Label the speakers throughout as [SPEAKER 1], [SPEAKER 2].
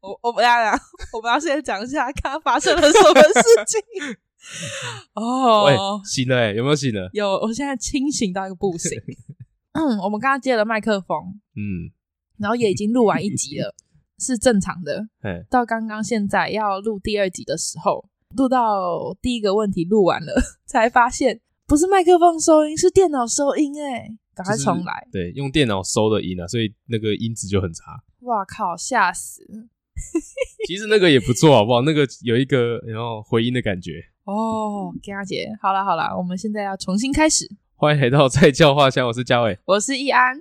[SPEAKER 1] 我我不要讲，我们要先讲一下刚刚发生了什么事情。
[SPEAKER 2] 喂
[SPEAKER 1] 哦，，
[SPEAKER 2] 醒了哎、有没有醒了？
[SPEAKER 1] 有，我现在清醒到一个不 行。嗯，我们刚刚接了麦克风，
[SPEAKER 2] 嗯，
[SPEAKER 1] 然后也已经录完一集 了，是正常的。
[SPEAKER 2] 嘿，
[SPEAKER 1] 到刚刚现在要录第二集的时候，录到第一个问题录完了，才发现不是麦克风收音，是电脑收音哎，赶快
[SPEAKER 2] 就是
[SPEAKER 1] 重来！
[SPEAKER 2] 对，用电脑收的音啊，所以那个音质就很差。
[SPEAKER 1] 哇靠，吓死！
[SPEAKER 2] 其实那个也不错，好不好？那个有一个然后回音的感觉。
[SPEAKER 1] 哦，佳姐，好啦好啦，我们现在要重新开始。
[SPEAKER 2] 欢迎来到在教画箱，我是嘉伟。
[SPEAKER 1] 我是易
[SPEAKER 2] 嗯
[SPEAKER 1] 安，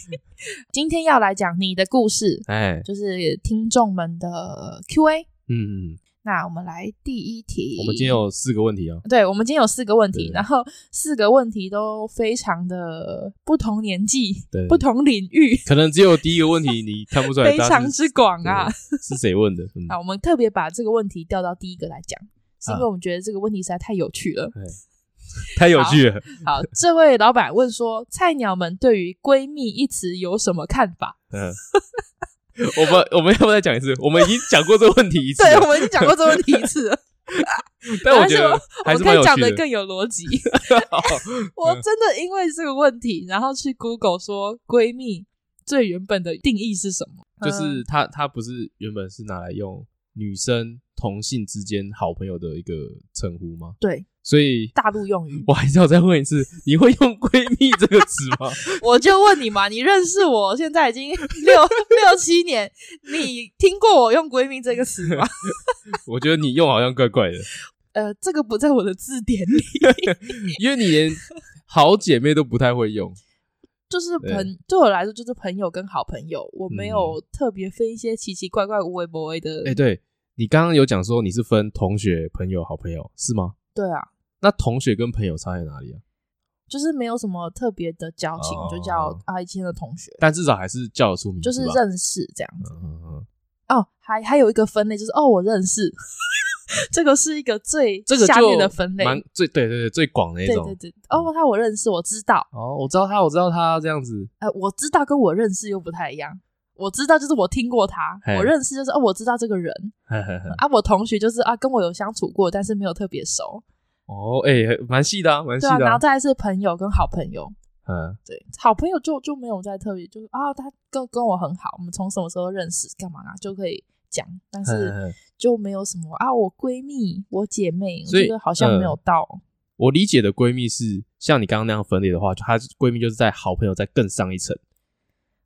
[SPEAKER 1] 今天要来讲你的故事，
[SPEAKER 2] 哎，
[SPEAKER 1] 就是听众们的 Q&A。
[SPEAKER 2] 嗯，
[SPEAKER 1] 那我们来第一题，
[SPEAKER 2] 我们今天有四个问题哦。
[SPEAKER 1] 对，我们今天有四个问题，
[SPEAKER 2] 对
[SPEAKER 1] 然后四个问题都非常的不同年纪、
[SPEAKER 2] 对，
[SPEAKER 1] 不同领域，
[SPEAKER 2] 可能只有第一个问题你看不出来，
[SPEAKER 1] 非常之广啊
[SPEAKER 2] 对！是谁问的？嗯
[SPEAKER 1] 啊，我们特别把这个问题调到第一个来讲，是因为
[SPEAKER 2] 啊
[SPEAKER 1] 我们觉得这个问题实在太有趣了。
[SPEAKER 2] 太有趣了。
[SPEAKER 1] 好，这位老板问说，菜鸟们对于“闺蜜”一词有什么看法？
[SPEAKER 2] 嗯，我们我们要不要再讲一次？我们已经讲过这个问题一次
[SPEAKER 1] 对，
[SPEAKER 2] 了，
[SPEAKER 1] 我们已经讲过这个问题一次了，
[SPEAKER 2] 但我
[SPEAKER 1] 还是
[SPEAKER 2] 觉得
[SPEAKER 1] 我
[SPEAKER 2] 还
[SPEAKER 1] 们可
[SPEAKER 2] 是蛮
[SPEAKER 1] 以
[SPEAKER 2] 有
[SPEAKER 1] 讲
[SPEAKER 2] 趣
[SPEAKER 1] 的
[SPEAKER 2] 的。
[SPEAKER 1] 更有逻辑。
[SPEAKER 2] 好
[SPEAKER 1] 我真的因为这个问题，然后去 Google 说闺蜜最原本的定义是什么？嗯
[SPEAKER 2] 就是它它不是原本是拿来用女生同性之间好朋友的一个称呼吗？
[SPEAKER 1] 对
[SPEAKER 2] 所以
[SPEAKER 1] 大陆用语。
[SPEAKER 2] 我还是要再问一次，你会用闺蜜这个词吗？
[SPEAKER 1] 我就问你嘛，你认识我现在已经六 六七年，你听过我用闺蜜这个词吗？
[SPEAKER 2] 我觉得你用好像怪怪的，
[SPEAKER 1] 呃，这个不在我的字典里，
[SPEAKER 2] 因为你连好姐妹都不太会用。
[SPEAKER 1] 就是朋
[SPEAKER 2] 对
[SPEAKER 1] 对我来说就是朋友跟好朋友，我没
[SPEAKER 2] 嗯
[SPEAKER 1] 有特别分一些奇奇怪怪、无微不微的。
[SPEAKER 2] 哎、对你刚刚有讲说你是分同学、朋友、好朋友是吗？
[SPEAKER 1] 对啊，
[SPEAKER 2] 那同学跟朋友差在哪里啊？
[SPEAKER 1] 就是没有什么特别的交情，就
[SPEAKER 2] 哦
[SPEAKER 1] 叫啊以前的同学，
[SPEAKER 2] 但至少还是叫得出名字
[SPEAKER 1] 就
[SPEAKER 2] 吧，
[SPEAKER 1] 是认识这样子。
[SPEAKER 2] 嗯嗯嗯
[SPEAKER 1] 哦，还还有一个分类就是哦，我认识， 这个是一个最
[SPEAKER 2] 这个
[SPEAKER 1] 下面
[SPEAKER 2] 就
[SPEAKER 1] 的分类。
[SPEAKER 2] 蛮最对对对最广的一
[SPEAKER 1] 对
[SPEAKER 2] 种。嗯
[SPEAKER 1] 对对，哦，他我认识，我知道，
[SPEAKER 2] 哦，我知道他，我知道他这样子。
[SPEAKER 1] 呃，我知道跟我认识又不太一样。我知道就是我听过他，
[SPEAKER 2] 嘿嗯
[SPEAKER 1] 我认识就是哦，我知道这个人
[SPEAKER 2] 嘿嘿嘿
[SPEAKER 1] 啊，我同学就是啊，跟我有相处过，但是没有特别熟，
[SPEAKER 2] 哦，哎、还蛮细的、啊，蛮细
[SPEAKER 1] 对啊，
[SPEAKER 2] 的、
[SPEAKER 1] 然后
[SPEAKER 2] 啊。
[SPEAKER 1] 再来是朋友跟好朋友，
[SPEAKER 2] 嗯，
[SPEAKER 1] 对，好朋友就就没有再特别，就是啊，他跟跟我很好，我们从什么时候认识，干嘛啊，就可以讲，但
[SPEAKER 2] 嘿
[SPEAKER 1] 是
[SPEAKER 2] 嘿嘿
[SPEAKER 1] 就没有什么啊，我闺蜜，我姐妹，我
[SPEAKER 2] 所以嗯
[SPEAKER 1] 觉得好像没有到，
[SPEAKER 2] 我理解的闺蜜是像你刚刚那样分裂的话，就她闺蜜就是在好朋友再更上一层，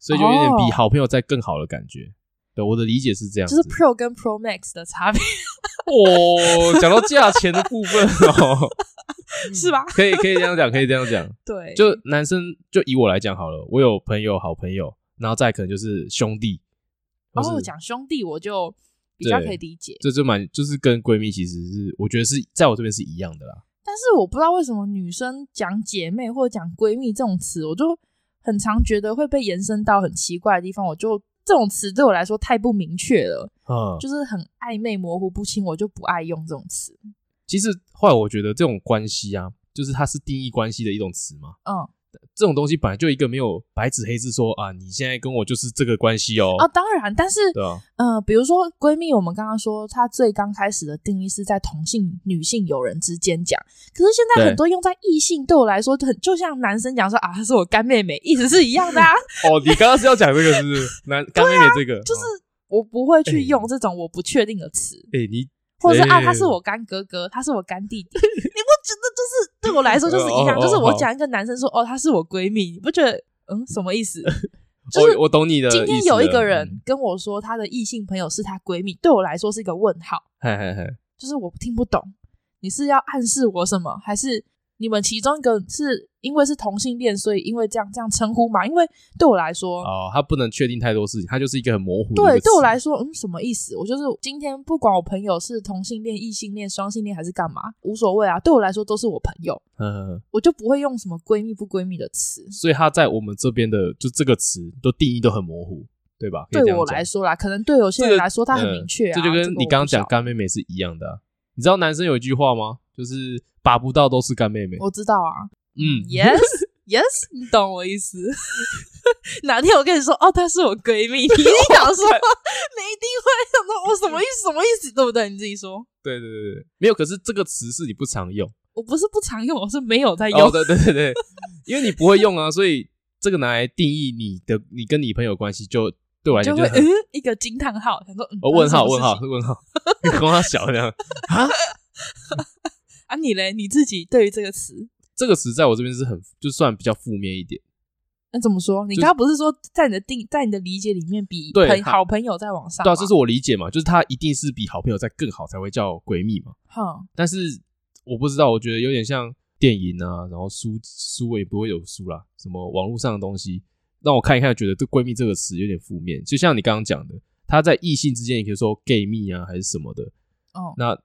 [SPEAKER 2] 所以就有点比
[SPEAKER 1] 哦
[SPEAKER 2] 好朋友再更好的感觉。对，我的理解是这样
[SPEAKER 1] 就
[SPEAKER 2] 子。
[SPEAKER 1] 是 Pro 跟 Pro Max 的差别，
[SPEAKER 2] 哦，讲到价钱的部分哦，
[SPEAKER 1] 是吧？
[SPEAKER 2] 可以可以这样讲，可以这样讲。
[SPEAKER 1] 对，
[SPEAKER 2] 就男生，就以我来讲好了，我有朋友、好朋友，然后再可能就是兄弟，或
[SPEAKER 1] 哦，
[SPEAKER 2] 是
[SPEAKER 1] 讲兄弟我就比较
[SPEAKER 2] 对
[SPEAKER 1] 可以理解，
[SPEAKER 2] 这就蛮就是跟闺蜜其实是我觉得是在我这边是一样的啦。
[SPEAKER 1] 但是我不知道为什么女生讲姐妹或者讲闺蜜这种词，我就很常觉得会被延伸到很奇怪的地方，我就。这种词对我来说太不明确了，
[SPEAKER 2] 嗯，
[SPEAKER 1] 就是很暧昧、模糊不清，我就不爱用这种词。
[SPEAKER 2] 其实后来我觉得这种关系啊，就是它是定义关系的一种词嘛。
[SPEAKER 1] 嗯，
[SPEAKER 2] 这种东西本来就一个没有白纸黑字说啊，你现在跟我就是这个关系哦，
[SPEAKER 1] 哦，当然，但是
[SPEAKER 2] 对啊，
[SPEAKER 1] 呃，比如说闺蜜，我们刚刚说她最刚开始的定义是在同性女性友人之间讲，可是现在
[SPEAKER 2] 对
[SPEAKER 1] 很多用在异性，对我来说就很就像男生讲说啊，她是我干妹妹，意思是一样 的啊，
[SPEAKER 2] 哦，你刚刚是要讲这个是不 是？男干妹妹这个
[SPEAKER 1] 啊就是
[SPEAKER 2] 哦
[SPEAKER 1] 我不会去
[SPEAKER 2] 哎
[SPEAKER 1] 用这种我不确定的词，
[SPEAKER 2] 哎、你
[SPEAKER 1] 或者是啊，
[SPEAKER 2] 哎
[SPEAKER 1] 他是我干哥哥，他是我干 弟弟，你不觉得就是对我来说就是一样，
[SPEAKER 2] 哦哦
[SPEAKER 1] 就是我
[SPEAKER 2] 好
[SPEAKER 1] 讲一个男生说哦，她是我闺蜜，你不觉得嗯什么意 思？就
[SPEAKER 2] 我、
[SPEAKER 1] 是
[SPEAKER 2] 哦我懂你的意思
[SPEAKER 1] 今
[SPEAKER 2] 了。
[SPEAKER 1] 天有一个人
[SPEAKER 2] 嗯，
[SPEAKER 1] 跟我说他的异性朋友是她闺蜜，对我来说是一个问号。
[SPEAKER 2] 嘿嗯嘿嘿，
[SPEAKER 1] 就是我听不懂，你是要暗示我什么，还是你们其中一个是因为是同性恋，所以因为这样这样称呼嘛？因为对我来说，
[SPEAKER 2] 哦，他不能确定太多事情，他就是一个很模糊的一个
[SPEAKER 1] 对
[SPEAKER 2] 词。
[SPEAKER 1] 对我来说，嗯，什么意思？我就是今天不管我朋友是同性恋、异性恋、双性恋还是干嘛，无所谓啊，对我来说都是我朋友，
[SPEAKER 2] 嗯，
[SPEAKER 1] 我就不会用什么闺蜜不闺蜜的词。
[SPEAKER 2] 所以他在我们这边的就这个词都定义都很模糊，对吧？可以这
[SPEAKER 1] 对
[SPEAKER 2] 样
[SPEAKER 1] 我
[SPEAKER 2] 讲嗯
[SPEAKER 1] 来说啦，可能对有些人来说，他很明确啊。
[SPEAKER 2] 这就
[SPEAKER 1] 这
[SPEAKER 2] 跟
[SPEAKER 1] 个
[SPEAKER 2] 你
[SPEAKER 1] 我
[SPEAKER 2] 刚刚
[SPEAKER 1] 不晓
[SPEAKER 2] 讲干妹妹是一样的啊、你知道男生有一句话吗？就是把不到都是干妹妹。
[SPEAKER 1] 我知道啊，
[SPEAKER 2] 嗯，
[SPEAKER 1] Yes, yes，你懂我意思。 哪天我跟你说哦，她是我闺蜜，你一定想说，你一定会我什么意思？什么意思？对不对？你自己说。
[SPEAKER 2] 对对对对，没有。可是这个词是你不常用，
[SPEAKER 1] 我不是不常用，我是没有在用。
[SPEAKER 2] 哦，对对对对，因为你不会用啊，所以这个拿来定义你的你跟你朋友关系就，对我来
[SPEAKER 1] 就
[SPEAKER 2] 讲
[SPEAKER 1] 会
[SPEAKER 2] 就很
[SPEAKER 1] 嗯一个惊叹号，想说嗯，
[SPEAKER 2] 哦问号
[SPEAKER 1] 发生什么
[SPEAKER 2] 问号
[SPEAKER 1] 事情
[SPEAKER 2] 问号，跟他小这样啊。
[SPEAKER 1] 啊你嘞你自己对于这个词，
[SPEAKER 2] 这个词在我这边是很就算比较负面一点，
[SPEAKER 1] 那怎么说？你
[SPEAKER 2] 就是
[SPEAKER 1] 刚刚不是说在你的定在你的理解里面比
[SPEAKER 2] 对
[SPEAKER 1] 朋
[SPEAKER 2] 它
[SPEAKER 1] 好朋友在往上
[SPEAKER 2] 对啊，
[SPEAKER 1] 吗
[SPEAKER 2] 这是我理解嘛，就是她一定是比好朋友再更好才会叫闺蜜嘛。
[SPEAKER 1] 哼
[SPEAKER 2] 但是我不知道，我觉得有点像电影啊，然后书书我也不会有书啦，什么网络上的东西，让我看一看，觉得这“闺蜜”这个词有点负面。就像你刚刚讲的，她在异性之间，也可以说 gay 蜜啊，还是什么的，
[SPEAKER 1] 哦
[SPEAKER 2] 那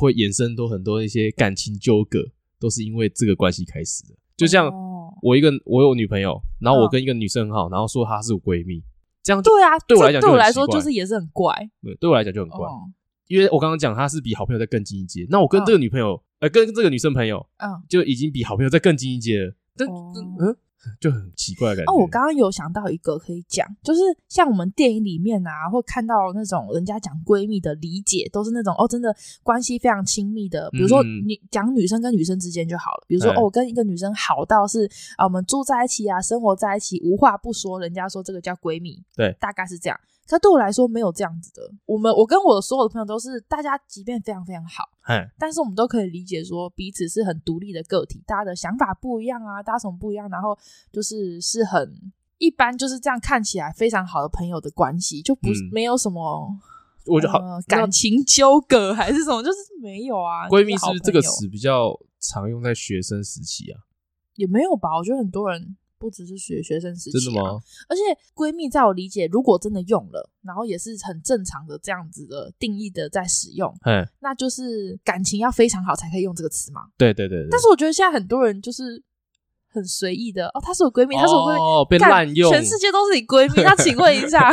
[SPEAKER 2] 会衍生多很多一些感情纠葛，都是因为这个关系开始的。就像
[SPEAKER 1] 哦
[SPEAKER 2] 我一个我有女朋友，然后
[SPEAKER 1] 嗯
[SPEAKER 2] 我跟一个女生很好，然后说她是我闺蜜，这样就
[SPEAKER 1] 对啊，
[SPEAKER 2] 对我
[SPEAKER 1] 这
[SPEAKER 2] 来讲
[SPEAKER 1] 对
[SPEAKER 2] 就
[SPEAKER 1] 我
[SPEAKER 2] 很
[SPEAKER 1] 来
[SPEAKER 2] 奇
[SPEAKER 1] 说就
[SPEAKER 2] 怪
[SPEAKER 1] 是也是很怪
[SPEAKER 2] 对对我来讲就很怪，
[SPEAKER 1] 哦，
[SPEAKER 2] 因为我刚刚讲她是比好朋友再更近一阶，那我跟这个女朋友，呃，跟这个女生朋友
[SPEAKER 1] 嗯。
[SPEAKER 2] 就已经比好朋友再更近一阶了，但、
[SPEAKER 1] 哦
[SPEAKER 2] 嗯 就很奇怪的感觉。
[SPEAKER 1] 哦，我刚刚有想到一个可以讲，就是像我们电影里面啊，会看到那种人家讲闺蜜的理解，都是那种哦，真的关系非常亲密的，比如说
[SPEAKER 2] 嗯
[SPEAKER 1] 你讲女生跟女生之间就好了，比如说
[SPEAKER 2] 哎
[SPEAKER 1] 哦，我跟一个女生好到是啊，我们住在一起啊，生活在一起，无话不说，人家说这个叫闺蜜，
[SPEAKER 2] 对，
[SPEAKER 1] 大概是这样。可对我来说没有这样子的，我们我跟我所有的朋友都是，大家即便非常非常好。
[SPEAKER 2] 哎，
[SPEAKER 1] 但是我们都可以理解说彼此是很独立的个体，大家的想法不一样啊，大家什么不一样，然后就是是很一般，就是这样看起来非常好的朋友的关系，就不是、
[SPEAKER 2] 嗯
[SPEAKER 1] 没有什么
[SPEAKER 2] 我就好、
[SPEAKER 1] 呃
[SPEAKER 2] 那
[SPEAKER 1] 感情纠葛还是什么，就是没有啊。
[SPEAKER 2] 闺蜜
[SPEAKER 1] 就是好
[SPEAKER 2] 不
[SPEAKER 1] 朋友
[SPEAKER 2] 是这个词比较常用在学生时期啊？
[SPEAKER 1] 也没有吧？我觉得很多人不只是学学生时期、啊
[SPEAKER 2] 真的？吗？
[SPEAKER 1] 而且闺蜜在我理解，如果真的用了，然后也是很正常的这样子的定义的在使用，
[SPEAKER 2] 哎，
[SPEAKER 1] 那就是感情要非常好才可以用这个词嘛。
[SPEAKER 2] 对对对对，
[SPEAKER 1] 但是我觉得现在很多人就是很随意的哦，她是我闺蜜，她是我闺蜜，
[SPEAKER 2] 哦被
[SPEAKER 1] 干
[SPEAKER 2] 滥用，
[SPEAKER 1] 全世界都是你闺蜜，那请问一 下，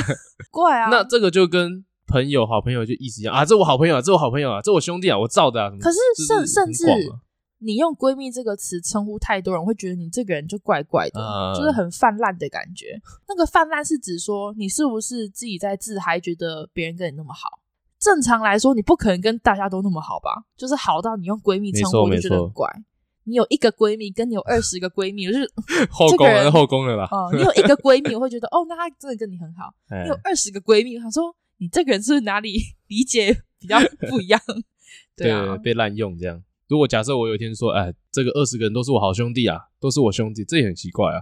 [SPEAKER 1] 怪啊。
[SPEAKER 2] 那这个就跟朋友、好朋友就意思一样啊，这我好朋友啊，这我好朋友啊，这我兄弟啊，我造的啊。什么
[SPEAKER 1] 可是
[SPEAKER 2] 就
[SPEAKER 1] 甚
[SPEAKER 2] 很
[SPEAKER 1] 甚至
[SPEAKER 2] 广啊
[SPEAKER 1] 你用闺蜜这个词称呼太多人，会觉得你这个人就怪怪的，
[SPEAKER 2] 啊
[SPEAKER 1] 就是很泛滥的感觉。那个泛滥是指说你是不是自己在自嗨，觉得别人跟你那么好。正常来说，你不可能跟大家都那么好吧？就是好到你用闺蜜称呼，我
[SPEAKER 2] 没错
[SPEAKER 1] 就觉得
[SPEAKER 2] 没
[SPEAKER 1] 很
[SPEAKER 2] 错
[SPEAKER 1] 怪。你有一个闺蜜，跟你有二十个闺蜜，我就是
[SPEAKER 2] 后
[SPEAKER 1] 这个
[SPEAKER 2] 宫了，
[SPEAKER 1] 人
[SPEAKER 2] 啊后宫了啦。
[SPEAKER 1] 哦，你有一个闺蜜，我会觉得哦，那她真的跟你很好。
[SPEAKER 2] 哎
[SPEAKER 1] 你有二十个闺蜜，我想说你这个人是不是哪里 理解比较不一样？ 对啊，
[SPEAKER 2] 被滥用这样。如果假设我有一天说，哎，这个二十个人都是我好兄弟啊，都是我兄弟，这也很奇怪啊。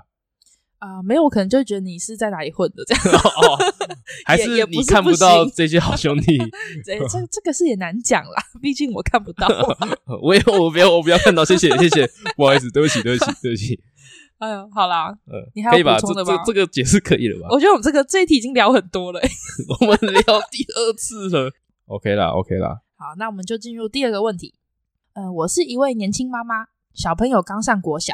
[SPEAKER 1] 啊、没有，我可能就会觉得你是在哪里混的这样。
[SPEAKER 2] 哦， 还
[SPEAKER 1] 也也
[SPEAKER 2] 是
[SPEAKER 1] 不
[SPEAKER 2] 你
[SPEAKER 1] 是
[SPEAKER 2] 看
[SPEAKER 1] 不
[SPEAKER 2] 不到
[SPEAKER 1] 行
[SPEAKER 2] 这些好兄弟？
[SPEAKER 1] 这这这个是也难讲啦，毕竟我看不到。
[SPEAKER 2] 呃我也我不要我不要看到，谢谢谢谢，不好意思，对不起对不起对不起，
[SPEAKER 1] 哎呦，好啦，
[SPEAKER 2] 呃，
[SPEAKER 1] 你还
[SPEAKER 2] 可
[SPEAKER 1] 有
[SPEAKER 2] 以吧？
[SPEAKER 1] 补
[SPEAKER 2] 这
[SPEAKER 1] 充的吗
[SPEAKER 2] 这这个解释可以了吧？
[SPEAKER 1] 我觉得我们这个这一题已经聊很多了、欸
[SPEAKER 2] 我们聊第二次了，OK 啦 OK 啦，
[SPEAKER 1] 好，那我们就进入第二个问题。呃，我是一位年轻妈妈，小朋友刚上国小，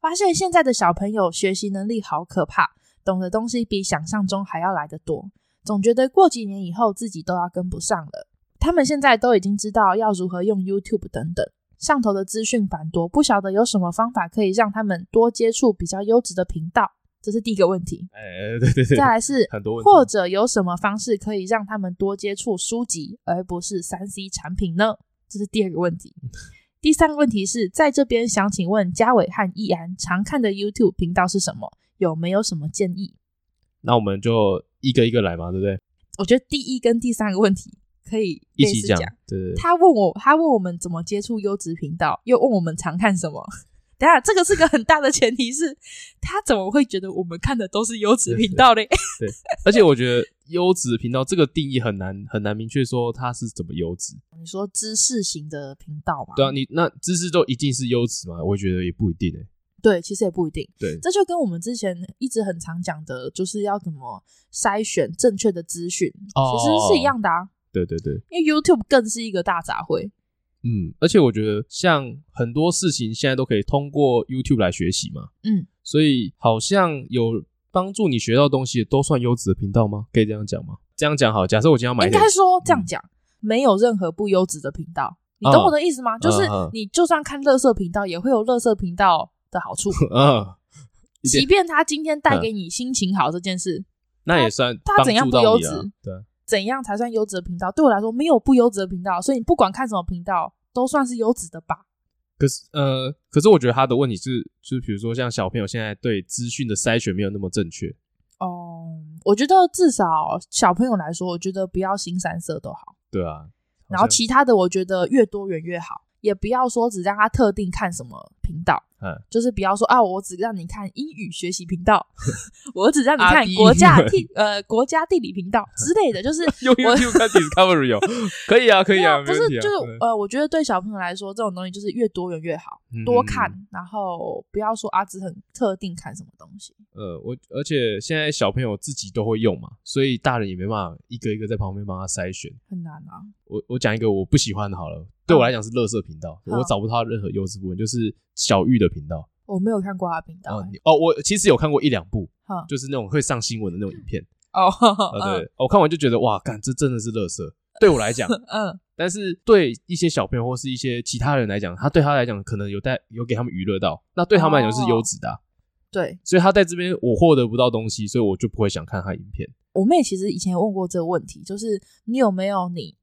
[SPEAKER 1] 发现现在的小朋友学习能力好可怕，懂的东西比想象中还要来得多，总觉得过几年以后自己都要跟不上了。他们现在都已经知道要如何用 YouTube 等等，上头的资讯繁多，不晓得有什么方法可以让他们多接触比较优质的频道。这是第一个问题。
[SPEAKER 2] 哎，对对对，
[SPEAKER 1] 再来是
[SPEAKER 2] 很多问题
[SPEAKER 1] 或者有什么方式可以让他们多接触书籍，而不是三 C 产品呢？这是第二个问题。
[SPEAKER 2] 嗯
[SPEAKER 1] 第三个问题是在这边想请问嘉伟和易安常看的 YouTube 频道是什么？有没有什么建议？
[SPEAKER 2] 那我们就一个一个来嘛，对不对？
[SPEAKER 1] 我觉得第一跟第三个问题可以
[SPEAKER 2] 一
[SPEAKER 1] 类
[SPEAKER 2] 起
[SPEAKER 1] 似
[SPEAKER 2] 讲，对对对。
[SPEAKER 1] 他问我，他问我们怎么接触优质频道，又问我们常看什么。等一下，这个是个很大的前提是，他怎么会觉得我们看的都是优质频道嘞？
[SPEAKER 2] 而且我觉得优质频道这个定义很难很难明确说它是怎么优质。
[SPEAKER 1] 你说知识型的频道嘛？
[SPEAKER 2] 对啊，你那知识都一定是优质吗？我觉得也不一定诶、欸
[SPEAKER 1] 对，其实也不一定。
[SPEAKER 2] 对
[SPEAKER 1] 这就跟我们之前一直很常讲的，就是要怎么筛选正确的资讯，
[SPEAKER 2] 哦
[SPEAKER 1] 其实是一样的啊。
[SPEAKER 2] 对对对，
[SPEAKER 1] 因为 YouTube 更是一个大杂烩，
[SPEAKER 2] 嗯，而且我觉得像很多事情现在都可以通过 YouTube 来学习嘛，
[SPEAKER 1] 嗯，
[SPEAKER 2] 所以好像有帮助你学到东西的都算优质的频道吗？可以这样讲吗？这样讲好，假设我今天要买
[SPEAKER 1] 应
[SPEAKER 2] 一台
[SPEAKER 1] 该说这样
[SPEAKER 2] 嗯
[SPEAKER 1] 讲，没有任何不优质的频道。你懂我的意思吗？就是
[SPEAKER 2] 嗯嗯
[SPEAKER 1] 你就算看乐色频道，也会有乐色频道的好处，
[SPEAKER 2] 啊， 一嗯点
[SPEAKER 1] 即便他今天带给你心情好这件事，
[SPEAKER 2] 那也算
[SPEAKER 1] 它
[SPEAKER 2] 帮
[SPEAKER 1] 怎样
[SPEAKER 2] 助到
[SPEAKER 1] 不优
[SPEAKER 2] 你啊
[SPEAKER 1] 质？
[SPEAKER 2] 对啊，
[SPEAKER 1] 怎样才算优质的频道？对我来说，没有不优质的频道，所以你不管看什么频道，都算是优质的吧。
[SPEAKER 2] 可是呃，可是我觉得他的问题是，就是比如说像小朋友现在对资讯的筛选没有那么正确，
[SPEAKER 1] 哦、我觉得至少小朋友来说，我觉得不要新三色都好，
[SPEAKER 2] 对啊。
[SPEAKER 1] 然后
[SPEAKER 2] 其
[SPEAKER 1] 其他的我觉得越多元越好，也不要说只让他特定看什么频道，
[SPEAKER 2] 嗯，
[SPEAKER 1] 就是不要说啊，我只让你看英语学习频 道，我只让你
[SPEAKER 2] 阿
[SPEAKER 1] 看
[SPEAKER 2] 迪
[SPEAKER 1] 国家
[SPEAKER 2] 英文
[SPEAKER 1] 地呃国家地理频道之类的， 就是
[SPEAKER 2] 用 YouTube 看 Discovery 哦， 可以啊，可以啊，
[SPEAKER 1] 不
[SPEAKER 2] 没
[SPEAKER 1] 是
[SPEAKER 2] 问题啊。
[SPEAKER 1] 就是呃，我觉得对小朋友来说，这种东西就是越多元越好，
[SPEAKER 2] 嗯
[SPEAKER 1] 多看，然后不要说啊只很特定看什么东西。
[SPEAKER 2] 呃，我而且现在小朋友自己都会用嘛，所以大人也没办法一个一个在旁边帮他筛选。
[SPEAKER 1] 很难啊，
[SPEAKER 2] 我我讲一个我不喜欢的好了，对我来讲是乐色频道，
[SPEAKER 1] 好
[SPEAKER 2] 我找不到任何优质部分，就是小玉的频道。
[SPEAKER 1] 我没有看过他的频道、
[SPEAKER 2] 哦
[SPEAKER 1] 欸，
[SPEAKER 2] 你哦，我其实有看过一两部，
[SPEAKER 1] 哈
[SPEAKER 2] 就是那种会上新闻的那种影片。
[SPEAKER 1] 哦，
[SPEAKER 2] 啊，
[SPEAKER 1] 嗯
[SPEAKER 2] 对，我看完就觉得哇，干这真的是乐色，对我来讲。
[SPEAKER 1] 嗯，
[SPEAKER 2] 但是对一些小朋友或是一些其他人来讲，他对他来讲可能有带有给他们娱乐到，那对他们来讲是优质的啊、
[SPEAKER 1] 对，
[SPEAKER 2] 所以他在这边我获得不到东西，所以我就不会想看他影片。
[SPEAKER 1] 我妹其实以前有问过这个问题，就是你有没有你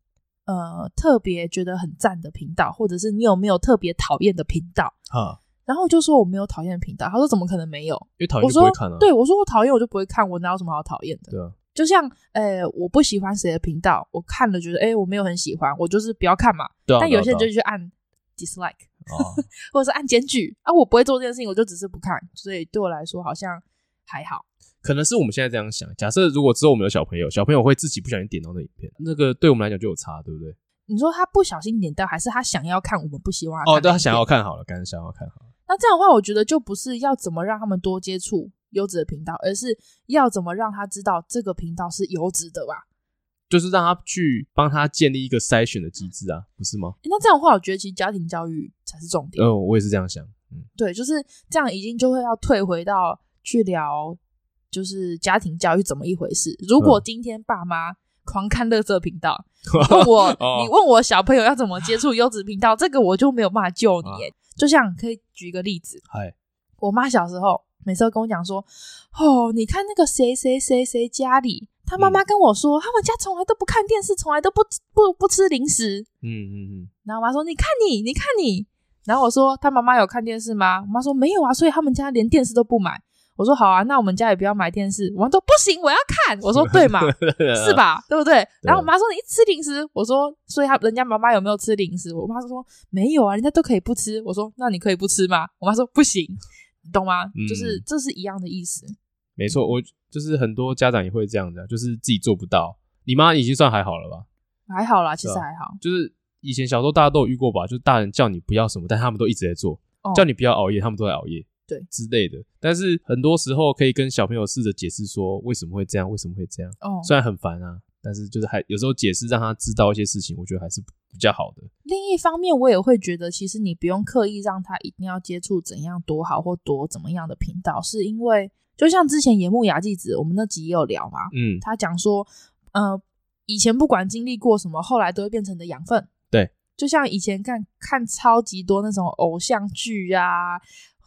[SPEAKER 1] 呃特别觉得很赞的频道，或者是你有没有特别讨厌的频道？
[SPEAKER 2] 哈，
[SPEAKER 1] 然后我就说我没有讨厌的频道，她说怎么可能没有？
[SPEAKER 2] 因为讨
[SPEAKER 1] 我
[SPEAKER 2] 厌就
[SPEAKER 1] 说
[SPEAKER 2] 不会看啊。
[SPEAKER 1] 对，我说我讨厌我就不会看，我哪有什么好讨厌的？
[SPEAKER 2] 对啊，
[SPEAKER 1] 就像呃我不喜欢谁的频道，我看了觉得哎、我没有很喜欢，我就是不要看嘛。
[SPEAKER 2] 对啊。
[SPEAKER 1] 但有些人就
[SPEAKER 2] 对啊
[SPEAKER 1] 去按 dislike
[SPEAKER 2] 对啊哦
[SPEAKER 1] 或者是按检举啊，我不会做这件事情，我就只是不看，所以对我来说好像还好。
[SPEAKER 2] 可能是我们现在这样想。假设如果之后我们有小朋友，小朋友会自己不小心点到那影片，那个对我们来讲就有差，对不对？
[SPEAKER 1] 你说他不小心点到，还是他想要看我们不希望看
[SPEAKER 2] 哦，对
[SPEAKER 1] 的
[SPEAKER 2] 他
[SPEAKER 1] 影
[SPEAKER 2] 想
[SPEAKER 1] 片
[SPEAKER 2] 要看好了，刚才想要看好了。
[SPEAKER 1] 那这样的话，我觉得就不是要怎么让他们多接触优质的频道，而是要怎么让他知道这个频道是优质的吧。
[SPEAKER 2] 就是让他去帮他建立一个筛选的机制啊，不是吗？
[SPEAKER 1] 诶那这样的话，我觉得其实家庭教育才是重点。
[SPEAKER 2] 嗯、我也是这样想。嗯，
[SPEAKER 1] 对，就是这样，已经就会要退回到去聊，就是家庭教育怎么一回事。如果
[SPEAKER 2] 嗯
[SPEAKER 1] 今天爸妈狂看乐色频 道，问我，
[SPEAKER 2] 哦
[SPEAKER 1] 你问我小朋友要怎么接触优质频道，这个我就没有办法救你
[SPEAKER 2] 啊
[SPEAKER 1] 耶。就像可以举一个例子，
[SPEAKER 2] 嗨，
[SPEAKER 1] 我妈小时候每次都跟我讲说：“哦，你看那个谁谁谁谁家里，他妈妈跟我说，他们家从来都不看电视，从来都不不不吃零食。
[SPEAKER 2] 嗯嗯嗯，”
[SPEAKER 1] 然后我妈说：“你看你，你看你。”然后我说：“他妈妈有看电视吗？”我妈说：“没有啊，所以他们家连电视都不买。”我说：“好啊，那我们家也不要买电视。”我妈说：“不行，我要看。”我说：“对嘛， 是？吧？对不对？”然后我妈说：“你吃零食。”我说：“所以他人家妈妈有没有吃零食？”我妈说：“没有啊，人家都可以不吃。”我说：“那你可以不吃吗？”我妈说：“不行，你懂吗？
[SPEAKER 2] 嗯
[SPEAKER 1] 就是这是一样的意思。
[SPEAKER 2] 没错，我就是很多家长也会这样的，就是自己做不到。你妈已经算还好了吧？
[SPEAKER 1] 还好啦，其实
[SPEAKER 2] 对啊
[SPEAKER 1] 还好。
[SPEAKER 2] 就是以前小时候大家都有遇过吧，就是大人叫你不要什么，但他们都一直在做；
[SPEAKER 1] 哦
[SPEAKER 2] 叫你不要熬夜，他们都在熬夜，
[SPEAKER 1] 对
[SPEAKER 2] 之类的。但是很多时候可以跟小朋友试着解释说为什么会这样，为什么会这样。
[SPEAKER 1] 哦，
[SPEAKER 2] 虽然很烦啊，但是就是还有时候解释让他知道一些事情，我觉得还是比较好的。
[SPEAKER 1] 另一方面，我也会觉得，其实你不用刻意让他一定要接触怎样多好或多怎么样的频道，是因为就像之前野木雅纪子我们那集也有聊嘛，
[SPEAKER 2] 嗯，
[SPEAKER 1] 他讲说，呃，以前不管经历过什么，后来都会变成你的养分。
[SPEAKER 2] 对，
[SPEAKER 1] 就像以前看看超级多那种偶像剧啊、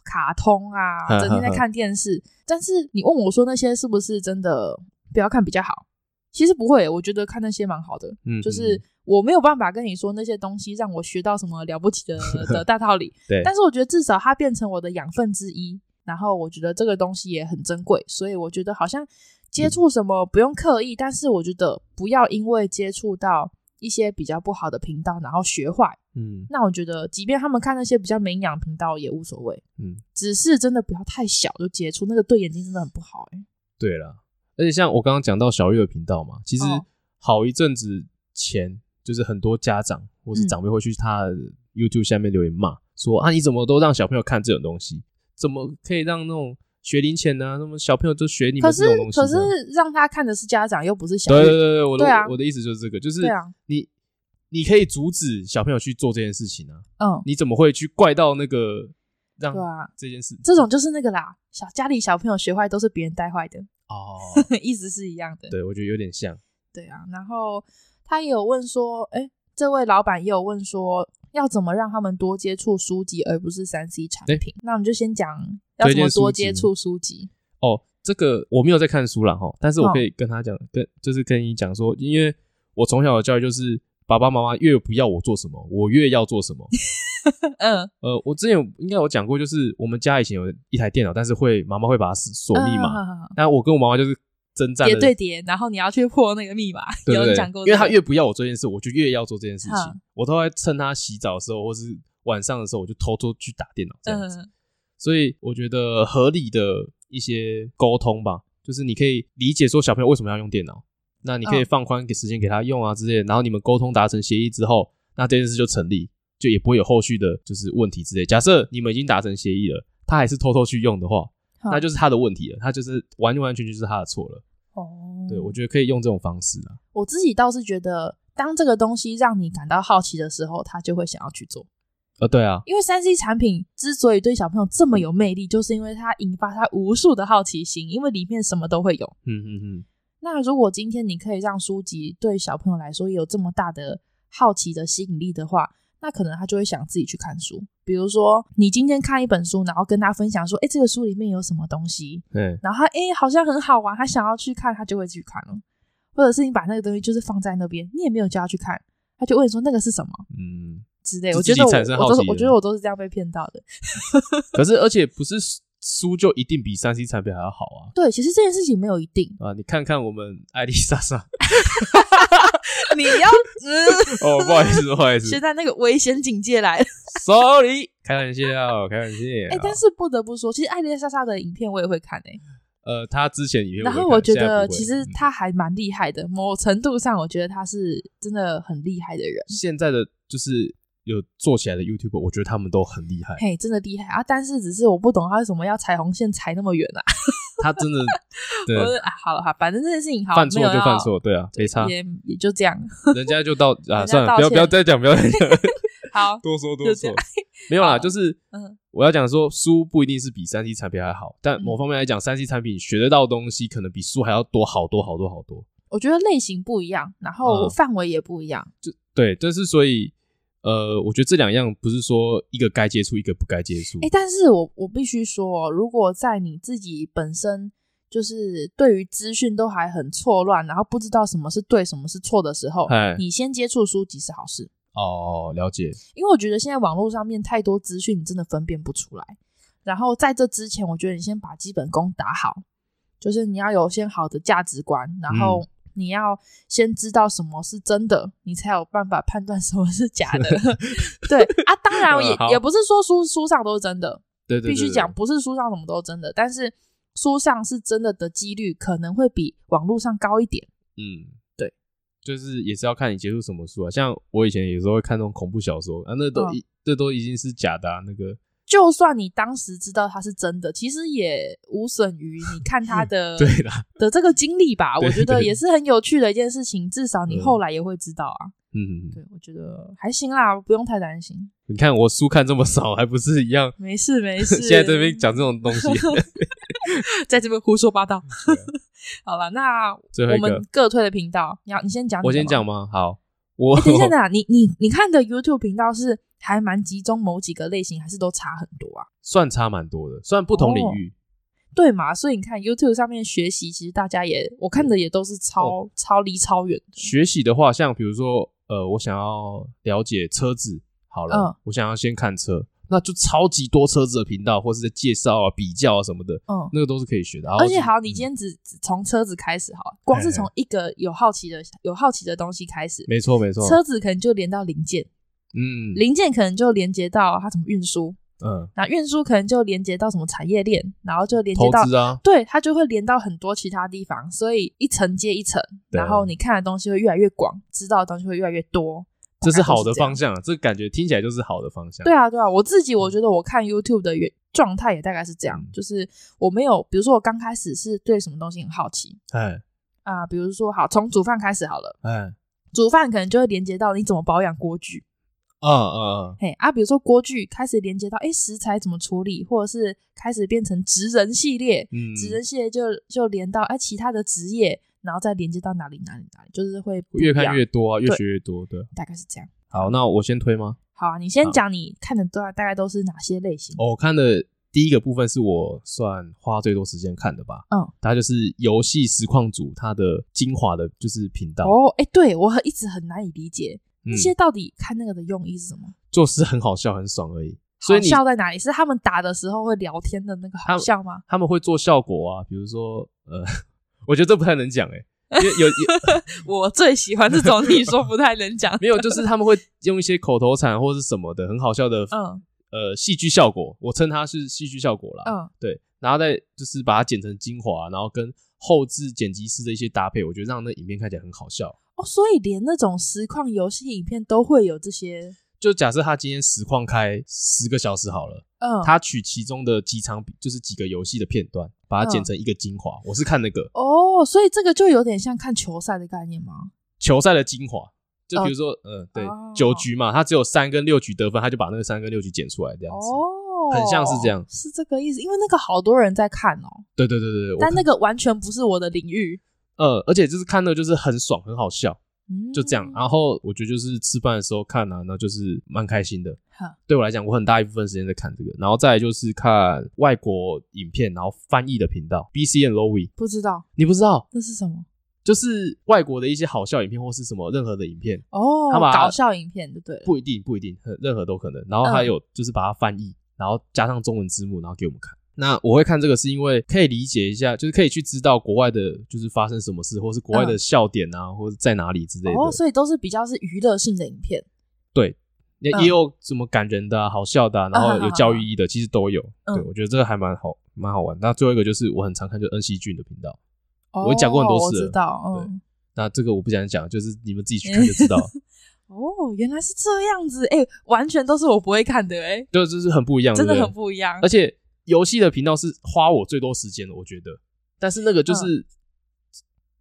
[SPEAKER 1] 卡通啊，
[SPEAKER 2] 哼
[SPEAKER 1] 整天在
[SPEAKER 2] 哼哼
[SPEAKER 1] 看电视。但是你问我说那些是不是真的不要看比较好？其实不会，我觉得看那些蛮好的。
[SPEAKER 2] 嗯
[SPEAKER 1] 就是我没有办法跟你说那些东西让我学到什么了不起的的大道理，
[SPEAKER 2] 对
[SPEAKER 1] 但是我觉得至少它变成我的养分之一，然后我觉得这个东西也很珍贵，所以我觉得好像接触什么不用刻意，但是我觉得不要因为接触到一些比较不好的频道然后学坏，
[SPEAKER 2] 嗯
[SPEAKER 1] 那我觉得即便他们看那些比较没营养的频道也无所谓，
[SPEAKER 2] 嗯，
[SPEAKER 1] 只是真的不要太小就接触，那个对眼睛真的很不好、欸，
[SPEAKER 2] 对啦，而且像我刚刚讲到小月的频道嘛，其实
[SPEAKER 1] 哦
[SPEAKER 2] 好一阵子前，就是很多家长或是
[SPEAKER 1] 嗯
[SPEAKER 2] 长辈会去他的 YouTube 下面留言骂，说啊你怎么都让小朋友看这种东西，怎么可以让那种学龄前啊呢、那么小朋友就学你
[SPEAKER 1] 可
[SPEAKER 2] 们
[SPEAKER 1] 是
[SPEAKER 2] 这种东西
[SPEAKER 1] 可
[SPEAKER 2] 这
[SPEAKER 1] 是
[SPEAKER 2] 样？
[SPEAKER 1] 让他看的是家长，又不是小
[SPEAKER 2] 对
[SPEAKER 1] 孩，
[SPEAKER 2] 对对对，我的、
[SPEAKER 1] 对啊
[SPEAKER 2] 我的意思就是这个，就是
[SPEAKER 1] 对啊
[SPEAKER 2] 你你可以阻止小朋友去做这件事情啊，
[SPEAKER 1] 嗯，
[SPEAKER 2] 你怎么会去怪到那个让
[SPEAKER 1] 对啊。
[SPEAKER 2] 这件事？
[SPEAKER 1] 这种就是那个啦，小家里小朋友学坏都是别人带坏的，
[SPEAKER 2] 哦，
[SPEAKER 1] 意思是一样的。
[SPEAKER 2] 对我觉得有点像，
[SPEAKER 1] 对啊，然后他也有问说，哎，这位老板也有问说，要怎么让他们多接触书籍，而不是三 C 产品？那我们就先讲要
[SPEAKER 2] 推
[SPEAKER 1] 怎么
[SPEAKER 2] 荐书
[SPEAKER 1] 多
[SPEAKER 2] 籍
[SPEAKER 1] 接触书籍。
[SPEAKER 2] 哦，这个我没有在看书啦哈，但是
[SPEAKER 1] 哦
[SPEAKER 2] 我可以跟他讲，跟就是跟你讲说，因为我从小的教育就是爸爸妈妈越不要我做什么，我越要做什 么。
[SPEAKER 1] 嗯，
[SPEAKER 2] 呃，我之前有应该有讲过，就是我们家以前有一台电脑，但是会妈妈会把它锁锁密码，
[SPEAKER 1] 嗯
[SPEAKER 2] 但我跟我妈妈就是征战
[SPEAKER 1] 叠
[SPEAKER 2] 的
[SPEAKER 1] 对叠，然后你要去破那个密码，
[SPEAKER 2] 对
[SPEAKER 1] 有
[SPEAKER 2] 对
[SPEAKER 1] 人
[SPEAKER 2] 对，
[SPEAKER 1] 讲过这
[SPEAKER 2] 因
[SPEAKER 1] 个，
[SPEAKER 2] 为他越不要我这件事，我就越要做这件事
[SPEAKER 1] 嗯
[SPEAKER 2] 情。我都会趁他洗澡的时候，或是晚上的时候，我就偷偷去打电脑这样子。
[SPEAKER 1] 嗯
[SPEAKER 2] 所以我觉得合理的一些沟通吧，就是你可以理解说小朋友为什么要用电脑，那你可以
[SPEAKER 1] 嗯
[SPEAKER 2] 放宽给时间给他用啊之类的。然后你们沟通达成协议之后，那这件事就成立，就也不会有后续的就是问题之类。假设你们已经达成协议了，他还是偷偷去用的话，
[SPEAKER 1] 嗯
[SPEAKER 2] 那就是他的问题了，他就是完完全全就是他的错了。
[SPEAKER 1] 哦，
[SPEAKER 2] 对，我觉得可以用这种方式啊。
[SPEAKER 1] 我自己倒是觉得，当这个东西让你感到好奇的时候，他就会想要去做。
[SPEAKER 2] 呃，对啊，
[SPEAKER 1] 因为三 C 产品之所以对小朋友这么有魅力，就是因为它引发他无数的好奇心，因为里面什么都会有。
[SPEAKER 2] 嗯嗯嗯。
[SPEAKER 1] 那如果今天你可以让书籍对小朋友来说也有这么大的好奇的吸引力的话，那可能他就会想自己去看书。比如说，你今天看一本书，然后跟他分享说：“哎，这个书里面有什么东西？”
[SPEAKER 2] 对，
[SPEAKER 1] 然后他哎好像很好玩，他想要去看，他就会去看了。或者是你把那个东西就是放在那边，你也没有叫他去看，他就问你说那个是什么
[SPEAKER 2] 嗯，
[SPEAKER 1] 之类。
[SPEAKER 2] 就
[SPEAKER 1] 我
[SPEAKER 2] 自
[SPEAKER 1] 觉
[SPEAKER 2] 己
[SPEAKER 1] 得我
[SPEAKER 2] 产生
[SPEAKER 1] 我
[SPEAKER 2] 好
[SPEAKER 1] 都是
[SPEAKER 2] 奇
[SPEAKER 1] 我
[SPEAKER 2] 了
[SPEAKER 1] 觉得我都是这样被骗到的。
[SPEAKER 2] 可是而且不是书就一定比三 C 产品还要好啊，
[SPEAKER 1] 对，其实这件事情没有一定
[SPEAKER 2] 啊！你看看我们艾丽莎莎，
[SPEAKER 1] 你要 嗯，
[SPEAKER 2] 哦，不好意思，不好意思
[SPEAKER 1] 现在那个危险警戒来了。
[SPEAKER 2] ，sorry，开玩笑，开玩笑。
[SPEAKER 1] 哎、但是不得不说，其实艾丽莎莎的影片我也会看哎、
[SPEAKER 2] 呃，他之前也有
[SPEAKER 1] 然
[SPEAKER 2] 看，
[SPEAKER 1] 后我觉
[SPEAKER 2] 现在
[SPEAKER 1] 得
[SPEAKER 2] 不会
[SPEAKER 1] 其实
[SPEAKER 2] 嗯
[SPEAKER 1] 她还蛮厉害的，某程度上我觉得她是真的很厉害的人，
[SPEAKER 2] 现在的就是有做起来的 YouTube，我觉得他们都很 厉害，
[SPEAKER 1] 嘿，真的厉害啊！但是只是我不懂她为什么要踩红线踩那么远啊。
[SPEAKER 2] 他真的 对
[SPEAKER 1] 我说啊，好了哈，反正这件事情好
[SPEAKER 2] 犯错就犯，
[SPEAKER 1] 没有
[SPEAKER 2] 错，对啊，
[SPEAKER 1] 要
[SPEAKER 2] 没差，
[SPEAKER 1] 也也就这样。
[SPEAKER 2] 人家就到
[SPEAKER 1] 人家
[SPEAKER 2] 啊，算了，
[SPEAKER 1] 道
[SPEAKER 2] 不
[SPEAKER 1] 歉
[SPEAKER 2] 要不要再讲，不要再 讲，
[SPEAKER 1] 好，
[SPEAKER 2] 多说多
[SPEAKER 1] 就这
[SPEAKER 2] 错
[SPEAKER 1] 样，
[SPEAKER 2] 没有啦，
[SPEAKER 1] 好
[SPEAKER 2] 就是
[SPEAKER 1] 嗯
[SPEAKER 2] 我要讲说，书不一定是比三 C 产品还好，但
[SPEAKER 1] 嗯
[SPEAKER 2] 某方面来讲，三 C 产品学得到的东西可能比书还要多好多好多好多。
[SPEAKER 1] 我觉得类型不一样，然后
[SPEAKER 2] 嗯
[SPEAKER 1] 范围也不一样。
[SPEAKER 2] 对，但是所以，呃，我觉得这两样不是说一个该接触，一个不该接触。
[SPEAKER 1] 哎、但是我我必须说哦，如果在你自己本身就是对于资讯都还很错乱，然后不知道什么是对，什么是错的时候
[SPEAKER 2] 嗨，
[SPEAKER 1] 你先接触书籍是好事，
[SPEAKER 2] 哦，了解。
[SPEAKER 1] 因为我觉得现在网络上面太多资讯，你真的分辨不出来。然后在这之前，我觉得你先把基本功打好，就是你要有先好的价值观，然后
[SPEAKER 2] 嗯
[SPEAKER 1] 你要先知道什么是真的，你才有办法判断什么是假 的。对啊，当然也、
[SPEAKER 2] 嗯好
[SPEAKER 1] 也不是说书书上都是真的，
[SPEAKER 2] 对对对
[SPEAKER 1] 必须
[SPEAKER 2] 对
[SPEAKER 1] 讲，不是书上什么都真的，但是书上是真的的几率可能会比网络上高一点。
[SPEAKER 2] 嗯，对，就是也是要看你接触什么书啊。像我以前有时候会看那种恐怖小说啊，那都
[SPEAKER 1] 嗯
[SPEAKER 2] 一、这都已经是假的啊。那个
[SPEAKER 1] 就算你当时知道它是真的，其实也无损于你看它的
[SPEAKER 2] 嗯对啦，
[SPEAKER 1] 的这个经历 吧。
[SPEAKER 2] 对
[SPEAKER 1] 我觉得
[SPEAKER 2] 对
[SPEAKER 1] 也是很有趣的一件事情，至少你
[SPEAKER 2] 嗯
[SPEAKER 1] 后来也会知道啊。
[SPEAKER 2] 嗯，
[SPEAKER 1] 对，我觉得还行啦，不用太担心，
[SPEAKER 2] 你看我书看这么少，还不是一 样？
[SPEAKER 1] 没事 没事。
[SPEAKER 2] 现在这边讲这种 东西，
[SPEAKER 1] 在这边胡说八道。 好了，那
[SPEAKER 2] 嗯啊最后
[SPEAKER 1] 我
[SPEAKER 2] 一个
[SPEAKER 1] 们各推的频道，你要你先讲你的吗，
[SPEAKER 2] 我先讲吗？好，我、
[SPEAKER 1] 欸等一下，等一下，你你你看的 YouTube 频道是还蛮集中某几个类型，还是都差很多啊？
[SPEAKER 2] 算差蛮多的，算不同领域。
[SPEAKER 1] 对嘛？所以你看 YouTube 上面学习，其实大家也我看的也都是超、超离超远的。
[SPEAKER 2] 哦学习的话，像比如说，呃，我想要了解车子，好了，
[SPEAKER 1] 嗯
[SPEAKER 2] 我想要先看车，那就超级多车子的频道，或是在介绍啊、比较啊什么的，
[SPEAKER 1] 嗯，
[SPEAKER 2] 那个都是可以学的。
[SPEAKER 1] 而且好，
[SPEAKER 2] 嗯哎
[SPEAKER 1] 你今天只只从车子开始好了，光是从一个有好奇的有好奇的东西开始，
[SPEAKER 2] 没错没错，
[SPEAKER 1] 车子可能就连到零件，
[SPEAKER 2] 嗯
[SPEAKER 1] 零件可能就连接到它怎么运输，
[SPEAKER 2] 嗯，
[SPEAKER 1] 那运输可能就连接到什么产业链，然后就连接
[SPEAKER 2] 投
[SPEAKER 1] 到
[SPEAKER 2] 资啊，
[SPEAKER 1] 对，它就会连到很多其他地方，所以一层接一层，
[SPEAKER 2] 对啊
[SPEAKER 1] 然后你看的东西会越来越广，知道的东西会越来越多。
[SPEAKER 2] 这是
[SPEAKER 1] 大概
[SPEAKER 2] 好
[SPEAKER 1] 都
[SPEAKER 2] 的
[SPEAKER 1] 是这样
[SPEAKER 2] 方向啊，这感觉听起来就是好的方向。
[SPEAKER 1] 对啊，对啊，我自己我觉得我看 YouTube 的原状态也大概是这样，
[SPEAKER 2] 嗯
[SPEAKER 1] 就是我没有，比如说我刚开始是对什么东西很好奇
[SPEAKER 2] 哎
[SPEAKER 1] 啊、比如说好从煮饭开始好了，
[SPEAKER 2] 哎
[SPEAKER 1] 煮饭可能就会连接到你怎么保养锅具，
[SPEAKER 2] 啊啊，啊
[SPEAKER 1] 嘿啊，比如说锅具开始连接到哎食材怎么处理，或者是开始变成职人系列，
[SPEAKER 2] 嗯，
[SPEAKER 1] 职人系列就就连到哎其他的职业，然后再连接到哪里哪里哪里，就是会不
[SPEAKER 2] 越
[SPEAKER 1] 一样
[SPEAKER 2] 看越多啊，越
[SPEAKER 1] 对
[SPEAKER 2] 学越多，对。
[SPEAKER 1] 大概是这样。
[SPEAKER 2] 好，那我先推吗？
[SPEAKER 1] 好啊，你先
[SPEAKER 2] 好
[SPEAKER 1] 讲你看的大大概都是哪些类型？
[SPEAKER 2] 哦我看的第一个部分是我算花最多时间看的吧，
[SPEAKER 1] 嗯，
[SPEAKER 2] 它就是游戏实况组它的精华的，就是频道，
[SPEAKER 1] 哦，哎、对我很一直很难以理解，
[SPEAKER 2] 嗯
[SPEAKER 1] 那，些到底看那个的用意是什么？
[SPEAKER 2] 就是很好笑很爽而已。所
[SPEAKER 1] 好
[SPEAKER 2] 以你
[SPEAKER 1] 笑在哪里？是他们打的时候会聊天的那个好笑吗？
[SPEAKER 2] 他们会做效果啊，比如说呃， 我觉得这不太能讲哎、欸，因为有有
[SPEAKER 1] 我最喜欢这种 你说不太能讲，
[SPEAKER 2] 没有，就是他们会用一些口头禅或是什么的很好笑的、
[SPEAKER 1] 嗯
[SPEAKER 2] 呃戏剧效果，我称它是戏剧效果啦。
[SPEAKER 1] 嗯，
[SPEAKER 2] 对，然后再就是把它剪成精华，然后跟后置剪辑师的一些搭配，我觉得让那影片看起来很好笑。
[SPEAKER 1] 哦，所以连那种实况游戏影片都会有这些，
[SPEAKER 2] 就假设他今天实况开十个小时好了，
[SPEAKER 1] 嗯，
[SPEAKER 2] 他取其中的几场比就是几个游戏的片段，
[SPEAKER 1] 嗯
[SPEAKER 2] 把它剪成一个精华。我是看那个
[SPEAKER 1] 哦，所以这个就有点像看球赛的概念吗？
[SPEAKER 2] 球赛的精华，就比如说，嗯、对
[SPEAKER 1] 哦，
[SPEAKER 2] 九局嘛，他只有三跟六局得分，他就把那个三跟六局剪出来这样子。
[SPEAKER 1] 哦，
[SPEAKER 2] 很像是这样
[SPEAKER 1] 是这个意思，因为那个好多人在看哦，
[SPEAKER 2] 对对对对对，我
[SPEAKER 1] 但那个完全不是我的领域，
[SPEAKER 2] 呃，而且就是看的就是很爽，很好笑。
[SPEAKER 1] 嗯，
[SPEAKER 2] 就这样。啊然后我觉得就是吃饭的时候看啊，那就是蛮开心的
[SPEAKER 1] 哈。
[SPEAKER 2] 对我来讲，我很大一部分时间在看这个，然后再来就是看外国影片，然后翻译的频道 B C and Lowy，
[SPEAKER 1] 不知道
[SPEAKER 2] 你不知道，
[SPEAKER 1] 那是什么
[SPEAKER 2] 就是外国的一些好笑影片或是什么任何的影片，
[SPEAKER 1] 哦
[SPEAKER 2] 他，把它
[SPEAKER 1] 搞笑影片就对了，
[SPEAKER 2] 啊
[SPEAKER 1] 嗯
[SPEAKER 2] 不一定不一定，任何都可能。然后还有就是把它翻译，然后加上中文字幕，然后给我们看。那我会看这个是因为可以理解一下，就是可以去知道国外的，就是发生什么事，或是国外的
[SPEAKER 1] 嗯
[SPEAKER 2] 笑点啊，或者在哪里之类的。
[SPEAKER 1] 哦，所以都是比较是娱乐性的影片，
[SPEAKER 2] 也
[SPEAKER 1] 嗯
[SPEAKER 2] 也有什么感人的、啊、好笑的、啊，然后有教育意义的，其实都有。
[SPEAKER 1] 嗯
[SPEAKER 2] 对，我觉得这个还蛮好，蛮好玩。那最后一个就是我很常看，就是恩熙俊的频道。
[SPEAKER 1] 哦
[SPEAKER 2] 我讲过很多
[SPEAKER 1] 我
[SPEAKER 2] 次了
[SPEAKER 1] 知道，嗯。
[SPEAKER 2] 那这个我不想讲，就是你们自己去看就知 道了，
[SPEAKER 1] 哦，原来是这样子，哎、完全都是我不会看的、哎，
[SPEAKER 2] 就就是很不一样，
[SPEAKER 1] 真的
[SPEAKER 2] 对不对
[SPEAKER 1] 很不一样
[SPEAKER 2] 而。且游戏的频道是花我最多时间的，我觉得。但是那个就是，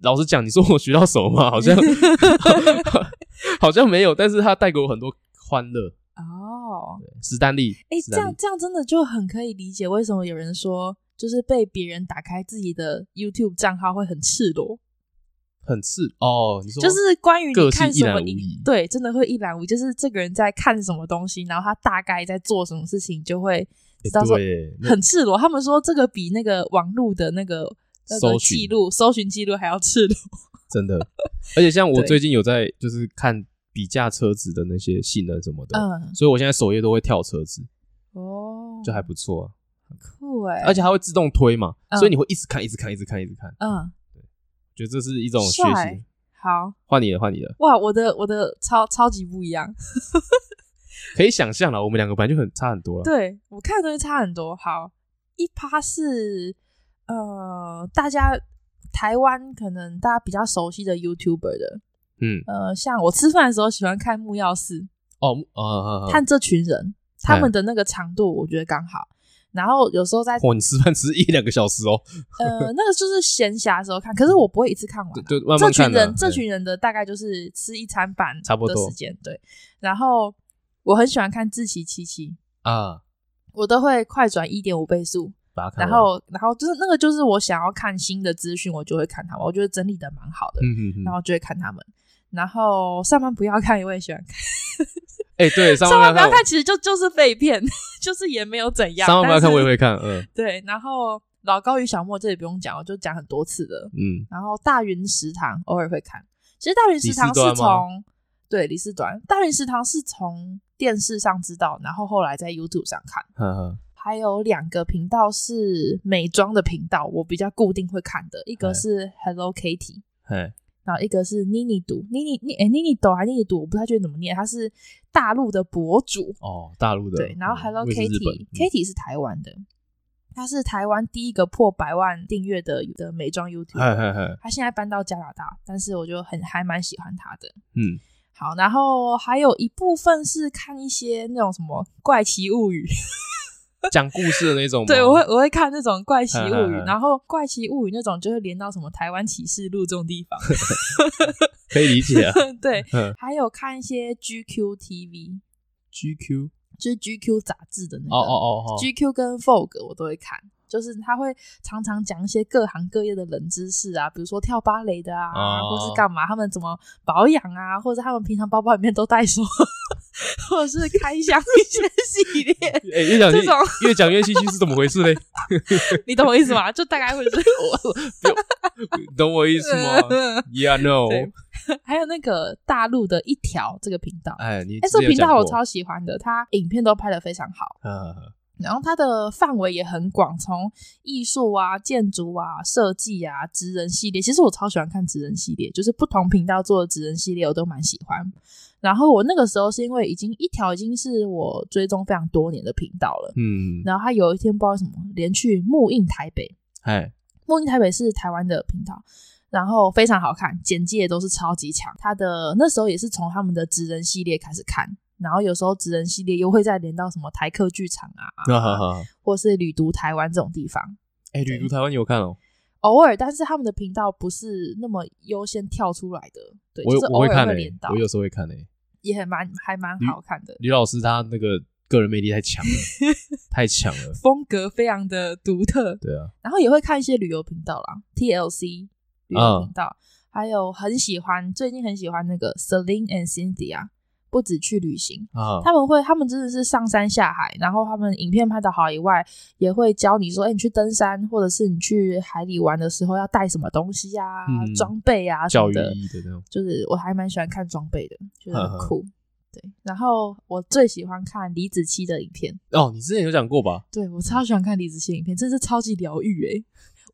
[SPEAKER 2] 老实讲，你说我学到什么吗？好像好像没有，但是他带给我很多欢乐。
[SPEAKER 1] 哦，
[SPEAKER 2] 史丹利，
[SPEAKER 1] 哎、
[SPEAKER 2] 史
[SPEAKER 1] 这
[SPEAKER 2] 丹
[SPEAKER 1] 样
[SPEAKER 2] 利，
[SPEAKER 1] 这样真的就很可以理解为什么有人说，就是被别人打开自己的 YouTube 账号会很赤裸，
[SPEAKER 2] 很刺哦。你说
[SPEAKER 1] 就是关于你
[SPEAKER 2] 个性
[SPEAKER 1] 看
[SPEAKER 2] 一
[SPEAKER 1] 什
[SPEAKER 2] 览
[SPEAKER 1] 么
[SPEAKER 2] 无
[SPEAKER 1] 影
[SPEAKER 2] 遗
[SPEAKER 1] 对，真的会一览无遗，就是这个人在看什么东西，然后他大概在做什么事情，就会知道
[SPEAKER 2] 欸
[SPEAKER 1] 说
[SPEAKER 2] 对，那
[SPEAKER 1] 很赤裸。他们说这个比那个网络的那个那个
[SPEAKER 2] 搜寻
[SPEAKER 1] 记录、搜寻记录还要赤裸。
[SPEAKER 2] 真的。而且像我
[SPEAKER 1] 对
[SPEAKER 2] 最近有在就是看比价车子的那些性能什么的，
[SPEAKER 1] 嗯，
[SPEAKER 2] 所以我现在首页都会跳车子，
[SPEAKER 1] 哦，
[SPEAKER 2] 就还不错啊。
[SPEAKER 1] 酷哎、
[SPEAKER 2] 而且它会自动推嘛，
[SPEAKER 1] 嗯
[SPEAKER 2] 所以你会一直看，一直看，一直看，一直看。
[SPEAKER 1] 嗯，
[SPEAKER 2] 觉得这是一种学习
[SPEAKER 1] 帅。好
[SPEAKER 2] 换你了，换你了，
[SPEAKER 1] 哇，我的我的超超级不一样，
[SPEAKER 2] 可以想象了，我们两个本来就很差很多了。
[SPEAKER 1] 对我看的东西差很多。好，一趴是呃，大家台湾可能大家比较熟悉的 YouTuber 的，
[SPEAKER 2] 嗯，
[SPEAKER 1] 呃，像我吃饭的时候喜欢看木曜四，
[SPEAKER 2] 哦，啊啊啊！
[SPEAKER 1] 看这群人他们的那个长度，我觉得刚好。然后有时 候在
[SPEAKER 2] 哇，哦你吃饭吃一两个小时 哦，
[SPEAKER 1] 呃，那个就是闲暇的时候看，可是我不会一次看完啊、
[SPEAKER 2] 对对慢慢
[SPEAKER 1] 这群
[SPEAKER 2] 看啊
[SPEAKER 1] 人，这
[SPEAKER 2] 对
[SPEAKER 1] 群人的大概就是吃一餐饭
[SPEAKER 2] 差不
[SPEAKER 1] 的
[SPEAKER 2] 多
[SPEAKER 1] 时间，对。然后我很喜欢看自奇七七，
[SPEAKER 2] 啊，
[SPEAKER 1] 我都会快转一点五倍速，
[SPEAKER 2] 把它看
[SPEAKER 1] 然
[SPEAKER 2] 完。
[SPEAKER 1] 后然后就是那个就是我想要看新的资讯，我就会看他们，我觉得整理的蛮好的，
[SPEAKER 2] 嗯嗯嗯
[SPEAKER 1] 然，后就会看他们。然后上班不要看，我也喜欢看。
[SPEAKER 2] 哎， 对，上
[SPEAKER 1] 上班
[SPEAKER 2] 班
[SPEAKER 1] 不要看，，其实就就是被骗， 就是也没有怎样。
[SPEAKER 2] 上班不
[SPEAKER 1] 但
[SPEAKER 2] 要看，
[SPEAKER 1] 是
[SPEAKER 2] 我也会看。嗯
[SPEAKER 1] 对。然后老高与小莫这里不用讲，我就讲很多次了。
[SPEAKER 2] 嗯，
[SPEAKER 1] 然后大云食堂偶尔会看。其实大云食堂
[SPEAKER 2] 李
[SPEAKER 1] 是
[SPEAKER 2] 四端
[SPEAKER 1] 从对李四端，大云食堂是从电视上知道，然后后来在 YouTube 上看。
[SPEAKER 2] 哈哈，
[SPEAKER 1] 还有两个频道是美妆的频道，我比较固定会看的，一个是 Hello Kitty，
[SPEAKER 2] 哎，
[SPEAKER 1] 然后一个是妮妮读妮妮妮哎妮妮抖还妮妮读，我不太确定怎么念，她是大陆的博主，
[SPEAKER 2] 哦，大陆的
[SPEAKER 1] 对，然后
[SPEAKER 2] 嗯
[SPEAKER 1] Hello
[SPEAKER 2] 我以为是日本
[SPEAKER 1] Kitty
[SPEAKER 2] 嗯
[SPEAKER 1] Kitty 是台湾的，她是台湾第一个破百万订阅的的美
[SPEAKER 2] 哎
[SPEAKER 1] 妆 YouTube，
[SPEAKER 2] 嗨嗨嗨，
[SPEAKER 1] 他现在搬到加拿大，但是我就很还蛮喜欢他的。
[SPEAKER 2] 嗯，
[SPEAKER 1] 好，然后还有一部分是看一些那种什么怪奇物语，
[SPEAKER 2] 讲故事的那种吗。
[SPEAKER 1] 对我会我会看那种怪奇物语
[SPEAKER 2] 嗯嗯，嗯
[SPEAKER 1] 然后怪奇物语那种就会连到什么台湾启示录这种地 方，
[SPEAKER 2] 可以理解 啊。
[SPEAKER 1] 对
[SPEAKER 2] 嗯，
[SPEAKER 1] 还有看一些 GQ TV，
[SPEAKER 2] GQ
[SPEAKER 1] 就是 GQ 杂志的那个
[SPEAKER 2] 哦哦哦哦
[SPEAKER 1] g q 跟 Vogue 我都会看。就是他会常常讲一些各行各业的冷知识啊，比如说跳芭蕾的啊，
[SPEAKER 2] 哦
[SPEAKER 1] 或是干嘛，他们怎么保养啊，或者他们平常包包里面都带什么， 或者是开箱一些系 列，
[SPEAKER 2] 哎、越讲越
[SPEAKER 1] 这种
[SPEAKER 2] 越讲越戏剧是怎么回事嘞？
[SPEAKER 1] 你懂我意思吗？就大概会 是
[SPEAKER 2] 你懂我意思 吗？Yeah, no。
[SPEAKER 1] 对还有那个大陆的一条这个频道，
[SPEAKER 2] 哎，你
[SPEAKER 1] 哎，这个
[SPEAKER 2] 之前
[SPEAKER 1] 频
[SPEAKER 2] 讲
[SPEAKER 1] 道我
[SPEAKER 2] 过
[SPEAKER 1] 超喜欢的，它影片都拍得非常好，
[SPEAKER 2] 啊，
[SPEAKER 1] 然后它的范围也很广，从艺术啊、建筑啊、设计啊、职人系列，其实我超喜欢看职人系列，就是不同频道做的职人系列我都蛮喜欢。然后我那个时候是因为已经一条已经是我追踪非常多年的频道了，
[SPEAKER 2] 嗯，
[SPEAKER 1] 然后他有一天不知道为什么连去木印台北，
[SPEAKER 2] 哎，
[SPEAKER 1] 墨印台北是台湾的频道，然后非常好看，简介也都是超级强。他的那时候也是从他们的职人系列开始看，然后有时候职人系列又会再连到什么台客剧场
[SPEAKER 2] 那好
[SPEAKER 1] 啊，
[SPEAKER 2] 好，
[SPEAKER 1] 或是旅读台湾这种地方。
[SPEAKER 2] 哎，旅途台湾你有看哦？
[SPEAKER 1] 偶尔，但是他们的频道不是那么优先跳出来的，对，
[SPEAKER 2] 我
[SPEAKER 1] 就是
[SPEAKER 2] 我
[SPEAKER 1] 偶
[SPEAKER 2] 会
[SPEAKER 1] 尔
[SPEAKER 2] 看
[SPEAKER 1] 会
[SPEAKER 2] 诶
[SPEAKER 1] 连到，，
[SPEAKER 2] 我有时候会看诶。
[SPEAKER 1] 也很蛮还蛮好看的，
[SPEAKER 2] 吕老师他那个个人魅力太强 了，太强了。
[SPEAKER 1] 风格非常的独特。
[SPEAKER 2] 对啊，
[SPEAKER 1] 然后也会看一些旅游频道啦，TLC 旅
[SPEAKER 2] 嗯
[SPEAKER 1] 游频道，还有很喜欢，最近很喜欢那个 Celine and Cynthia，不止去旅行，
[SPEAKER 2] 啊，
[SPEAKER 1] 他们会，他们真的是上山下海，然后他们影片拍的好以外，也会教你说，哎、你去登山或者是你去海里玩的时候要带什么东西啊
[SPEAKER 2] 嗯，
[SPEAKER 1] 装、备啊什
[SPEAKER 2] 教
[SPEAKER 1] 么
[SPEAKER 2] 育
[SPEAKER 1] 的，
[SPEAKER 2] 意义的那种。
[SPEAKER 1] 就是我还蛮喜欢看装备的，觉得
[SPEAKER 2] 呵
[SPEAKER 1] 很
[SPEAKER 2] 呵
[SPEAKER 1] 酷。对，然后我最喜欢看李子柒的影片。
[SPEAKER 2] 哦，你之前有讲过吧？
[SPEAKER 1] 对我超喜欢看李子柒影片，真是超级疗愈诶。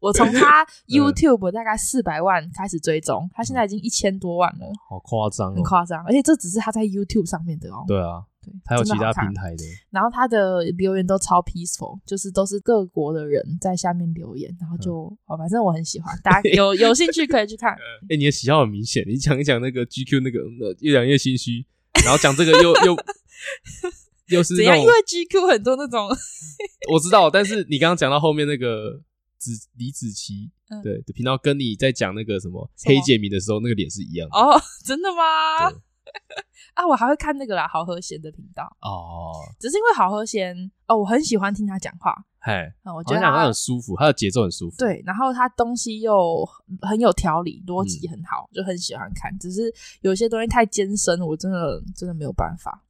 [SPEAKER 1] 我从
[SPEAKER 2] 嗯
[SPEAKER 1] 他 YouTube 大概四百万开始追踪，他现在已经一千多万了，
[SPEAKER 2] 好夸张
[SPEAKER 1] 很
[SPEAKER 2] 哦。
[SPEAKER 1] 夸张。而且这只是他在 YouTube 上面的哦，
[SPEAKER 2] 对啊，
[SPEAKER 1] 对，
[SPEAKER 2] 还有
[SPEAKER 1] 真
[SPEAKER 2] 其
[SPEAKER 1] 的好
[SPEAKER 2] 他
[SPEAKER 1] 看
[SPEAKER 2] 平。台的，
[SPEAKER 1] 然后他的留言都超 peaceful，就是都是各国的人在下面留言，然后就、哦，反正我很喜欢，大家有有兴趣可以去看。
[SPEAKER 2] 哎，你的喜好很明显。你讲一讲那个 GQ 那个，呃越讲越心虚，然后讲这个又又 又是
[SPEAKER 1] 怎
[SPEAKER 2] 那
[SPEAKER 1] 样？
[SPEAKER 2] 种
[SPEAKER 1] 因为 GQ 很多那种，
[SPEAKER 2] 我知道，但是你刚刚讲到后面那个子李子柒
[SPEAKER 1] 嗯
[SPEAKER 2] 对的频道，跟你在讲那个什么
[SPEAKER 1] 什么
[SPEAKER 2] 黑杰明的时候，那个脸是一样的。
[SPEAKER 1] 哦， 真的吗
[SPEAKER 2] 对？
[SPEAKER 1] 啊，我还会看那个啦，好和弦的频道，
[SPEAKER 2] 哦，
[SPEAKER 1] 只是因为好和弦哦，我很喜欢听他讲话，
[SPEAKER 2] 嗨，
[SPEAKER 1] 嗯，我
[SPEAKER 2] 我
[SPEAKER 1] 觉得
[SPEAKER 2] 讲他
[SPEAKER 1] 他
[SPEAKER 2] 很舒服，他的节奏很舒服。
[SPEAKER 1] 对，然后他东西又很很有条理，
[SPEAKER 2] 嗯
[SPEAKER 1] 逻辑很好，就很喜欢看。只是有些东西太艰深，我真的真的没有办法。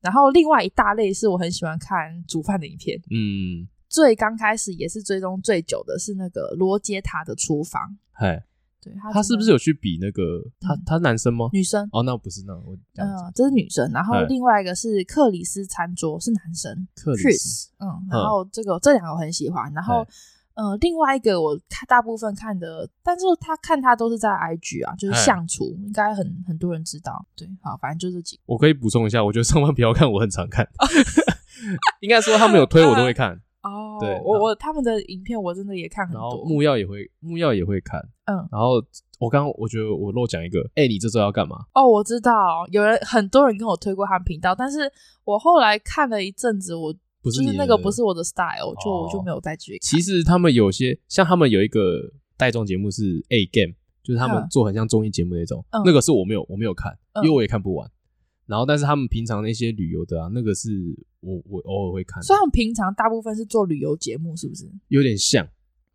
[SPEAKER 1] 然后另外一大类是我很喜欢看煮饭的影片，
[SPEAKER 2] 嗯，
[SPEAKER 1] 最刚开始也是追踪最久的是那个罗杰塔的厨房，
[SPEAKER 2] 嗨，
[SPEAKER 1] 对
[SPEAKER 2] 他是不是
[SPEAKER 1] 有
[SPEAKER 2] 有去比那个他
[SPEAKER 1] 嗯
[SPEAKER 2] 他男生吗？
[SPEAKER 1] 女生？
[SPEAKER 2] 哦，那不是那我这
[SPEAKER 1] 嗯、
[SPEAKER 2] 样子，
[SPEAKER 1] 这是女生。然后
[SPEAKER 2] 哎
[SPEAKER 1] 另外一个是克里斯餐桌是男生，
[SPEAKER 2] 克里
[SPEAKER 1] Chris，
[SPEAKER 2] 斯
[SPEAKER 1] 嗯，然后这个这两个我很喜欢，然后
[SPEAKER 2] 嘿
[SPEAKER 1] 呃，另外一个我看大部分看的，但是他看他都是在 IG 啊，就是
[SPEAKER 2] 嘿
[SPEAKER 1] 相厨，应该很很多人知道。对，好，反正就这几个。
[SPEAKER 2] 我可以补充一下，我觉得上班不要看，我很常看。 应该说他们有推我都 会看，
[SPEAKER 1] 哦
[SPEAKER 2] 对
[SPEAKER 1] 我
[SPEAKER 2] 那
[SPEAKER 1] 我他们的影片我真的也看很
[SPEAKER 2] 然后
[SPEAKER 1] 多。
[SPEAKER 2] 木曜也会木曜也会看，
[SPEAKER 1] 嗯，
[SPEAKER 2] 然后我刚刚我觉得我漏讲一个，哎，你这周要干嘛？
[SPEAKER 1] 哦，我知道，有人很多人跟我推过他们频道，但是我后来看了一阵子，我
[SPEAKER 2] 不是
[SPEAKER 1] 就
[SPEAKER 2] 你
[SPEAKER 1] 是
[SPEAKER 2] 的
[SPEAKER 1] 那个不是我的 style，就
[SPEAKER 2] 哦
[SPEAKER 1] 我就没有再继续看。
[SPEAKER 2] 其实他们有些像他们有一个带妆节目是 A Game，就是他们
[SPEAKER 1] 嗯
[SPEAKER 2] 做很像综艺节目那种，
[SPEAKER 1] 嗯
[SPEAKER 2] 那个是我没有我没有看，因
[SPEAKER 1] 嗯
[SPEAKER 2] 为我也看不完。然后但是他们平常那些旅游的啊，那个是我我偶尔会看，
[SPEAKER 1] 虽然平常大部分是做旅游节目，是不是？
[SPEAKER 2] 有点像，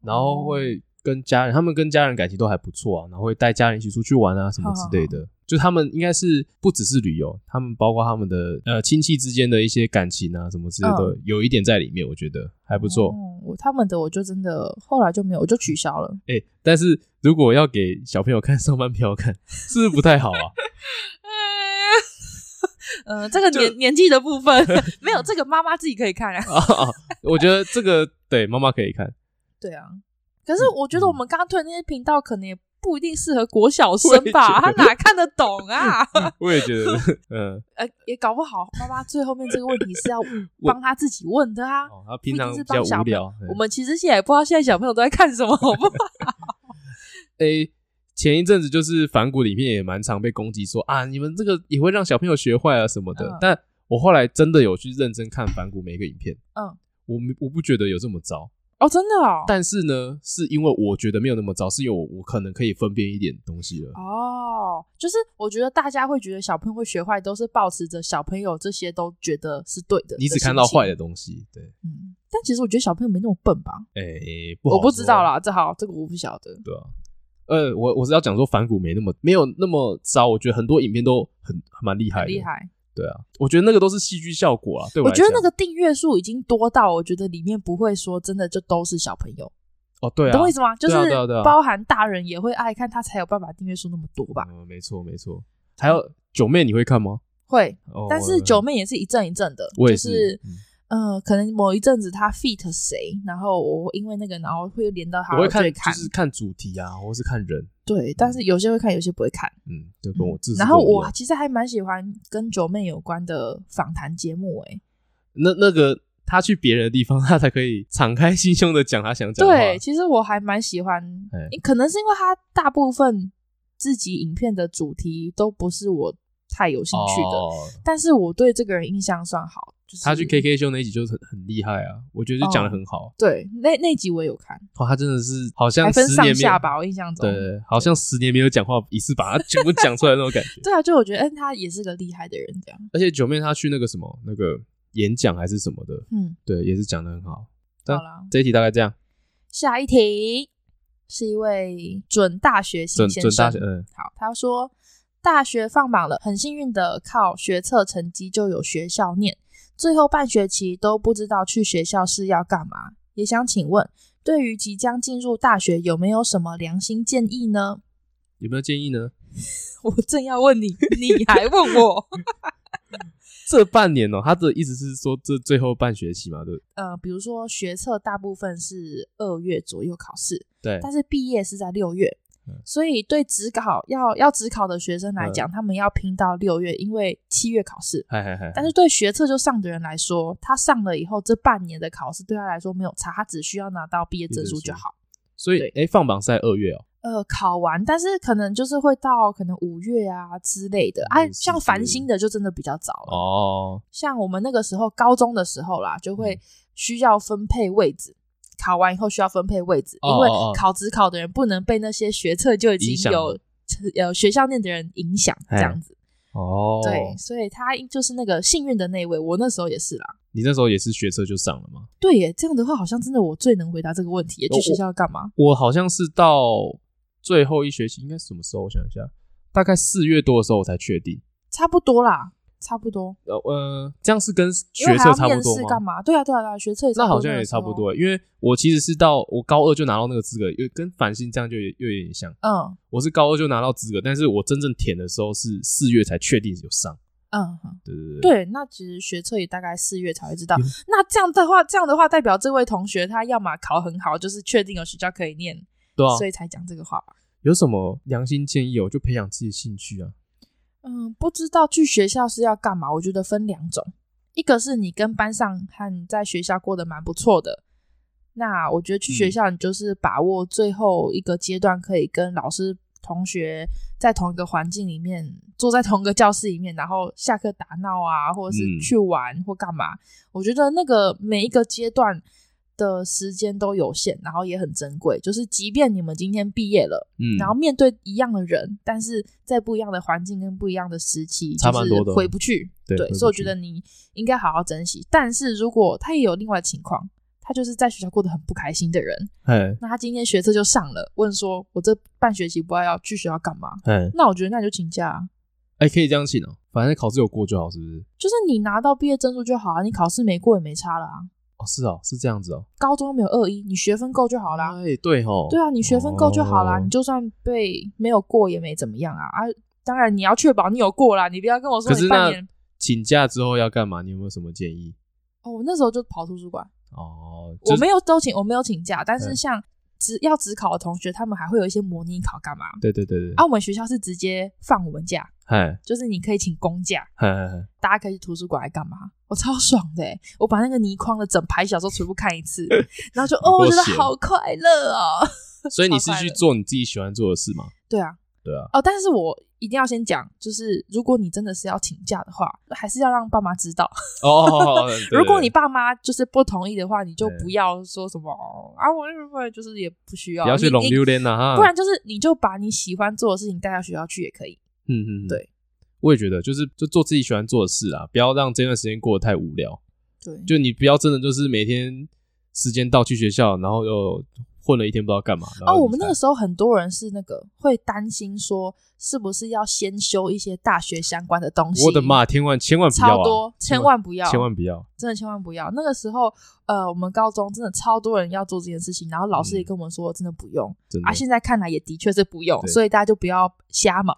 [SPEAKER 2] 然后会跟家人，他们跟家人感情都还不错啊，然后会带家人一起出去玩啊什么之类的。就他们应该是不只是旅游，他们包括他们的呃亲戚之间的一些感情啊什么之类的，
[SPEAKER 1] 嗯
[SPEAKER 2] 有一点在里面，我觉得还不错。
[SPEAKER 1] 哦我他们的我就真的后来就没有，我就取消了。
[SPEAKER 2] 哎、但是如果要给小朋友看上班票看，是不是不太 好啊？
[SPEAKER 1] 呃，这个
[SPEAKER 2] 就
[SPEAKER 1] 年年纪的部分没有，这个妈妈自己可以 看啊。
[SPEAKER 2] 啊，我觉得这个对妈妈可以看，
[SPEAKER 1] 对啊，可是我觉
[SPEAKER 2] 嗯
[SPEAKER 1] 得我们刚刚推的那些频道，可能也不一定适合国小生吧，
[SPEAKER 2] 我
[SPEAKER 1] 他
[SPEAKER 2] 也觉得
[SPEAKER 1] 哪看得懂啊？
[SPEAKER 2] 我也觉得，嗯，
[SPEAKER 1] 呃，也搞不好妈妈最后面这个问题是要
[SPEAKER 2] 我
[SPEAKER 1] 帮他自己问的啊。
[SPEAKER 2] 哦，他平
[SPEAKER 1] 不一定
[SPEAKER 2] 常比
[SPEAKER 1] 是
[SPEAKER 2] 较
[SPEAKER 1] 帮小
[SPEAKER 2] 无
[SPEAKER 1] 朋友
[SPEAKER 2] 聊。嗯
[SPEAKER 1] 我们其实现在也不知道现在小朋友都在看什么，好 不好？
[SPEAKER 2] 诶、前一阵子就是反骨里面也蛮常被攻击说啊，你们这个也会让小朋友学坏啊什么的。
[SPEAKER 1] 嗯
[SPEAKER 2] 但我后来真的有去认真看反骨每一个影片，
[SPEAKER 1] 嗯，
[SPEAKER 2] 我没我不觉得有这么糟，
[SPEAKER 1] 哦，真的哦，
[SPEAKER 2] 但是呢，是因为我觉得没有那么糟，是因为我我可能可以分辨一点东西了。
[SPEAKER 1] 哦，就是我觉得大家会觉得小朋友会学坏，都是保持着小朋友这些都觉得是对的。
[SPEAKER 2] 你只看到坏的
[SPEAKER 1] 的心
[SPEAKER 2] 东西，对，
[SPEAKER 1] 情，嗯，但其实我觉得小朋友没那么笨吧。
[SPEAKER 2] 诶、不好
[SPEAKER 1] 我不知
[SPEAKER 2] 说啊
[SPEAKER 1] 道啦，这好，这个我不晓得。
[SPEAKER 2] 对啊，呃，我我是要讲说反骨没那么没有那么糟，我觉得很多影片都很还蛮厉害的，
[SPEAKER 1] 很厉害。
[SPEAKER 2] 对啊，我觉得那个都是戏剧效果啊。对
[SPEAKER 1] 我
[SPEAKER 2] 来
[SPEAKER 1] 觉
[SPEAKER 2] 讲，
[SPEAKER 1] 得那个订阅数已经多到，我觉得里面不会说真的就都是小朋友，
[SPEAKER 2] 哦，对啊，
[SPEAKER 1] 懂我意思吗？就是
[SPEAKER 2] 对啊对啊对啊
[SPEAKER 1] 包含大人也会爱看，他才有办法订阅数那么多吧？
[SPEAKER 2] 嗯，没错没错。还有九妹，你会看吗？
[SPEAKER 1] 会，
[SPEAKER 2] 哦
[SPEAKER 1] 但是九，妹也是一阵一阵的，
[SPEAKER 2] 我也
[SPEAKER 1] 就是是
[SPEAKER 2] 嗯
[SPEAKER 1] 呃，可能某一阵子他 feat 谁，然后我因为那个，然后会连到他
[SPEAKER 2] 我我会
[SPEAKER 1] 看
[SPEAKER 2] 看，就是看主题啊，或是看人，
[SPEAKER 1] 对，但是有些会看，有些不会看。
[SPEAKER 2] 嗯，就跟我自。啊
[SPEAKER 1] 然后我其实还蛮喜欢跟九妹有关的访谈节目、欸，
[SPEAKER 2] 那那个他去别人的地方，他才可以敞开心胸的讲他想讲的话。
[SPEAKER 1] 对，其实我还蛮喜欢
[SPEAKER 2] 哎，
[SPEAKER 1] 可能是因为他大部分自己影片的主题都不是我太有兴趣的，
[SPEAKER 2] 哦
[SPEAKER 1] 但是我对这个人印象算好，就是哦
[SPEAKER 2] 他去 KK 秀那一集就是很很厉害啊，我觉得就讲的很好。
[SPEAKER 1] 对那那集我有看，
[SPEAKER 2] 哇，他真的是好像
[SPEAKER 1] 还分
[SPEAKER 2] 十
[SPEAKER 1] 上
[SPEAKER 2] 年没有
[SPEAKER 1] 下吧，我印象中。
[SPEAKER 2] 对，好像十年没有讲话，一次把它全部讲出来那种感觉。
[SPEAKER 1] 对啊，就我觉得，嗯，他也是个厉害的人，这样。
[SPEAKER 2] 而且九妹她去那个什么那个演讲还是什么的，
[SPEAKER 1] 嗯，
[SPEAKER 2] 对，也是讲的很好。对啊
[SPEAKER 1] 好啦，
[SPEAKER 2] 这一题大概这样，
[SPEAKER 1] 下一题是一位准大学
[SPEAKER 2] 准
[SPEAKER 1] 新先生。
[SPEAKER 2] 准大学，嗯，
[SPEAKER 1] 好，他说大学放榜了，很幸运的靠学测成绩就有学校念，最后半学期都不知道去学校是要干嘛。也想请问，对于即将进入大学有没有什么良心建议呢？
[SPEAKER 2] 有没有建议呢？
[SPEAKER 1] 我正要问你，你还问我？
[SPEAKER 2] 这半年哦，他的意思是说这最后半学期嘛，对不
[SPEAKER 1] 呃，比如说学测大部分是二月左右考试，
[SPEAKER 2] 对？
[SPEAKER 1] 但是毕业是在六月
[SPEAKER 2] 嗯，
[SPEAKER 1] 所以对职考要要职考的学生来
[SPEAKER 2] 嗯
[SPEAKER 1] 讲，他们要拼到六月，因为七月考试。
[SPEAKER 2] 嗨嗨嗨，
[SPEAKER 1] 但是对学测就上的人来说，他上了以后，这半年的考试对他来说没有差，他只需要拿到毕业证书就好。
[SPEAKER 2] 所以
[SPEAKER 1] 对
[SPEAKER 2] 哎，放榜是在二月哦，
[SPEAKER 1] 呃，考完，但是可能就是会到可能五月啊之类的。哎、
[SPEAKER 2] 嗯是
[SPEAKER 1] 像
[SPEAKER 2] 之类
[SPEAKER 1] 繁
[SPEAKER 2] 的
[SPEAKER 1] 星的就真的比较早了。
[SPEAKER 2] 哦，
[SPEAKER 1] 像我们那个时候高中的时候啦，就会
[SPEAKER 2] 嗯
[SPEAKER 1] 需要分配位置，考完以后需要分配位置，
[SPEAKER 2] 哦
[SPEAKER 1] 因为
[SPEAKER 2] 哦哦
[SPEAKER 1] 考职考的人不能被那些学测就已
[SPEAKER 2] 影
[SPEAKER 1] 经
[SPEAKER 2] 响
[SPEAKER 1] 有呃学校念的人影响这
[SPEAKER 2] 哎
[SPEAKER 1] 样子。
[SPEAKER 2] 哦，
[SPEAKER 1] 对，，所以他就是那个幸运的那一位，我那时候也是啦。
[SPEAKER 2] 你那时候也是学车就上了吗？
[SPEAKER 1] 对耶，这样的话好像真的我最能回答这个问题耶。
[SPEAKER 2] 哦
[SPEAKER 1] 去学校要干嘛？
[SPEAKER 2] 我好像是到最后一学期，应该是什么时候？我想一下，大概四月多的时候我才确定。
[SPEAKER 1] 差不多啦，差不多。
[SPEAKER 2] 呃呃，这样是跟
[SPEAKER 1] 因为
[SPEAKER 2] 学
[SPEAKER 1] 还
[SPEAKER 2] 测
[SPEAKER 1] 要
[SPEAKER 2] 差不
[SPEAKER 1] 面
[SPEAKER 2] 多
[SPEAKER 1] 试干
[SPEAKER 2] 吗？
[SPEAKER 1] 嘛？对啊，对啊，对啊，学测也差不
[SPEAKER 2] 那
[SPEAKER 1] 多
[SPEAKER 2] 好像
[SPEAKER 1] 个
[SPEAKER 2] 也
[SPEAKER 1] 时
[SPEAKER 2] 差不
[SPEAKER 1] 候。
[SPEAKER 2] 多，因为我其实是到我高二就拿到那个资格，又跟繁星这样就有又有点像。
[SPEAKER 1] 嗯
[SPEAKER 2] 我是高二就拿到资格，但是我真正填的时候是四月才确定有上。
[SPEAKER 1] 嗯，嗯
[SPEAKER 2] 对对对，
[SPEAKER 1] 对，那其实学测也大概四月才会知道。那这样的话，这样的话代表这位同学他要么考很好，就是确定有学校可以念，
[SPEAKER 2] 对啊，
[SPEAKER 1] 所以才讲这个话吧。
[SPEAKER 2] 有什么良心建议哦？就培养自己的兴趣啊。
[SPEAKER 1] 嗯，不知道去学校是要干嘛？我觉得分两种，一个是你跟班上和你在学校过得蛮不错的，那我觉得去学
[SPEAKER 2] 嗯
[SPEAKER 1] 校你就是把握最后一个阶段，可以跟老师、同学在同一个环境里面，坐在同一个教室里面，然后下课打闹啊，或者是
[SPEAKER 2] 嗯
[SPEAKER 1] 去玩或干嘛。我觉得那个每一个阶段。的时间都有限，然后也很珍贵。就是，即便你们今天毕业了，
[SPEAKER 2] 嗯，
[SPEAKER 1] 然后面对一样的人，但是在不一样的环境跟不一样的时期，
[SPEAKER 2] 差蛮多的
[SPEAKER 1] 就是回不去。
[SPEAKER 2] 对回不去
[SPEAKER 1] 所以我觉得你应该好好珍惜。但是如果他也有另外情况，他就是在学校过得很不开心的人，
[SPEAKER 2] 哎
[SPEAKER 1] 那他今天学测就上了，问说我这半学期不知道要去学校干嘛？
[SPEAKER 2] 哎
[SPEAKER 1] 那我觉得那你就请假、啊，
[SPEAKER 2] 哎，可以这样请哦，反正考试有过就好，是不是？
[SPEAKER 1] 就是你拿到毕业证书就好啊，你考试没过也没差了啊。
[SPEAKER 2] 哦，是哦，是这样子哦。
[SPEAKER 1] 高中没有二一，你学分够就好啦。
[SPEAKER 2] 哎，对哦，
[SPEAKER 1] 对啊，你学分够就好啦，
[SPEAKER 2] 哦
[SPEAKER 1] 你就算被没有过也没怎么样啊啊！当然你要确保你有过啦，你不要跟我说
[SPEAKER 2] 可是
[SPEAKER 1] 你半
[SPEAKER 2] 那
[SPEAKER 1] 年
[SPEAKER 2] 请假之后要干嘛？你有没有什么建议？
[SPEAKER 1] 哦，我那时候就跑图书馆，
[SPEAKER 2] 哦，
[SPEAKER 1] 我
[SPEAKER 2] 就是
[SPEAKER 1] 没有都请，我没有请假，但是
[SPEAKER 2] 嗯
[SPEAKER 1] 像只要只考的同学，他们还会有一些模拟考干嘛？
[SPEAKER 2] 对对对对，
[SPEAKER 1] 啊，我们学校是直接放我们假，
[SPEAKER 2] 嗨
[SPEAKER 1] 就是你可以请公假，
[SPEAKER 2] 嗨嗨嗨，
[SPEAKER 1] 大家可以去图书馆来干嘛？我超爽的欸、我把那个倪匡的整排小说全部看一次， 然后就哦，我觉得
[SPEAKER 2] 多闲
[SPEAKER 1] 好快乐哦。
[SPEAKER 2] 所以你
[SPEAKER 1] 超
[SPEAKER 2] 是
[SPEAKER 1] 快
[SPEAKER 2] 去
[SPEAKER 1] 乐
[SPEAKER 2] 做你自己喜欢做的事吗？
[SPEAKER 1] 对啊，
[SPEAKER 2] 对啊，
[SPEAKER 1] 哦，但是我一定要先讲，就是如果你真的是要请假的话，还是要让爸妈知道。
[SPEAKER 2] 哦哦，哦哦对对
[SPEAKER 1] 如果
[SPEAKER 2] 对
[SPEAKER 1] 你爸妈就是不同意的话，你就
[SPEAKER 2] 对
[SPEAKER 1] 不要说什么哦啊，我认为就是也不需要，
[SPEAKER 2] 不要去
[SPEAKER 1] 你
[SPEAKER 2] 拢
[SPEAKER 1] 你
[SPEAKER 2] 榴莲了哈，
[SPEAKER 1] 不然就是你就把你喜欢做的事情带到学校去也可以。
[SPEAKER 2] 嗯嗯，嗯
[SPEAKER 1] 对，
[SPEAKER 2] 我也觉得就是就做自己喜欢做的事啊，不要让这段时间过得太无聊。
[SPEAKER 1] 对，
[SPEAKER 2] 就你不要真的就是每天时间到去学校，然后又混了一天不知道干嘛。然
[SPEAKER 1] 哦，
[SPEAKER 2] 后
[SPEAKER 1] 我
[SPEAKER 2] 离
[SPEAKER 1] 们那
[SPEAKER 2] 开
[SPEAKER 1] 个时候很多人是那个会担心说，是不是要先修一些大学相关的东西？
[SPEAKER 2] 我的，妈，千万千万不要、
[SPEAKER 1] 超
[SPEAKER 2] 啊，
[SPEAKER 1] 多，千万不要，
[SPEAKER 2] 千万不要。
[SPEAKER 1] 真的千万不要。那个时候，呃，我们高中真的超多人要做这件事情，然后老师
[SPEAKER 2] 嗯
[SPEAKER 1] 也跟我们说，真的不用、
[SPEAKER 2] 真的
[SPEAKER 1] 啊。，现在看来也的确是不用，
[SPEAKER 2] 嗯对
[SPEAKER 1] 所以大家就不要瞎忙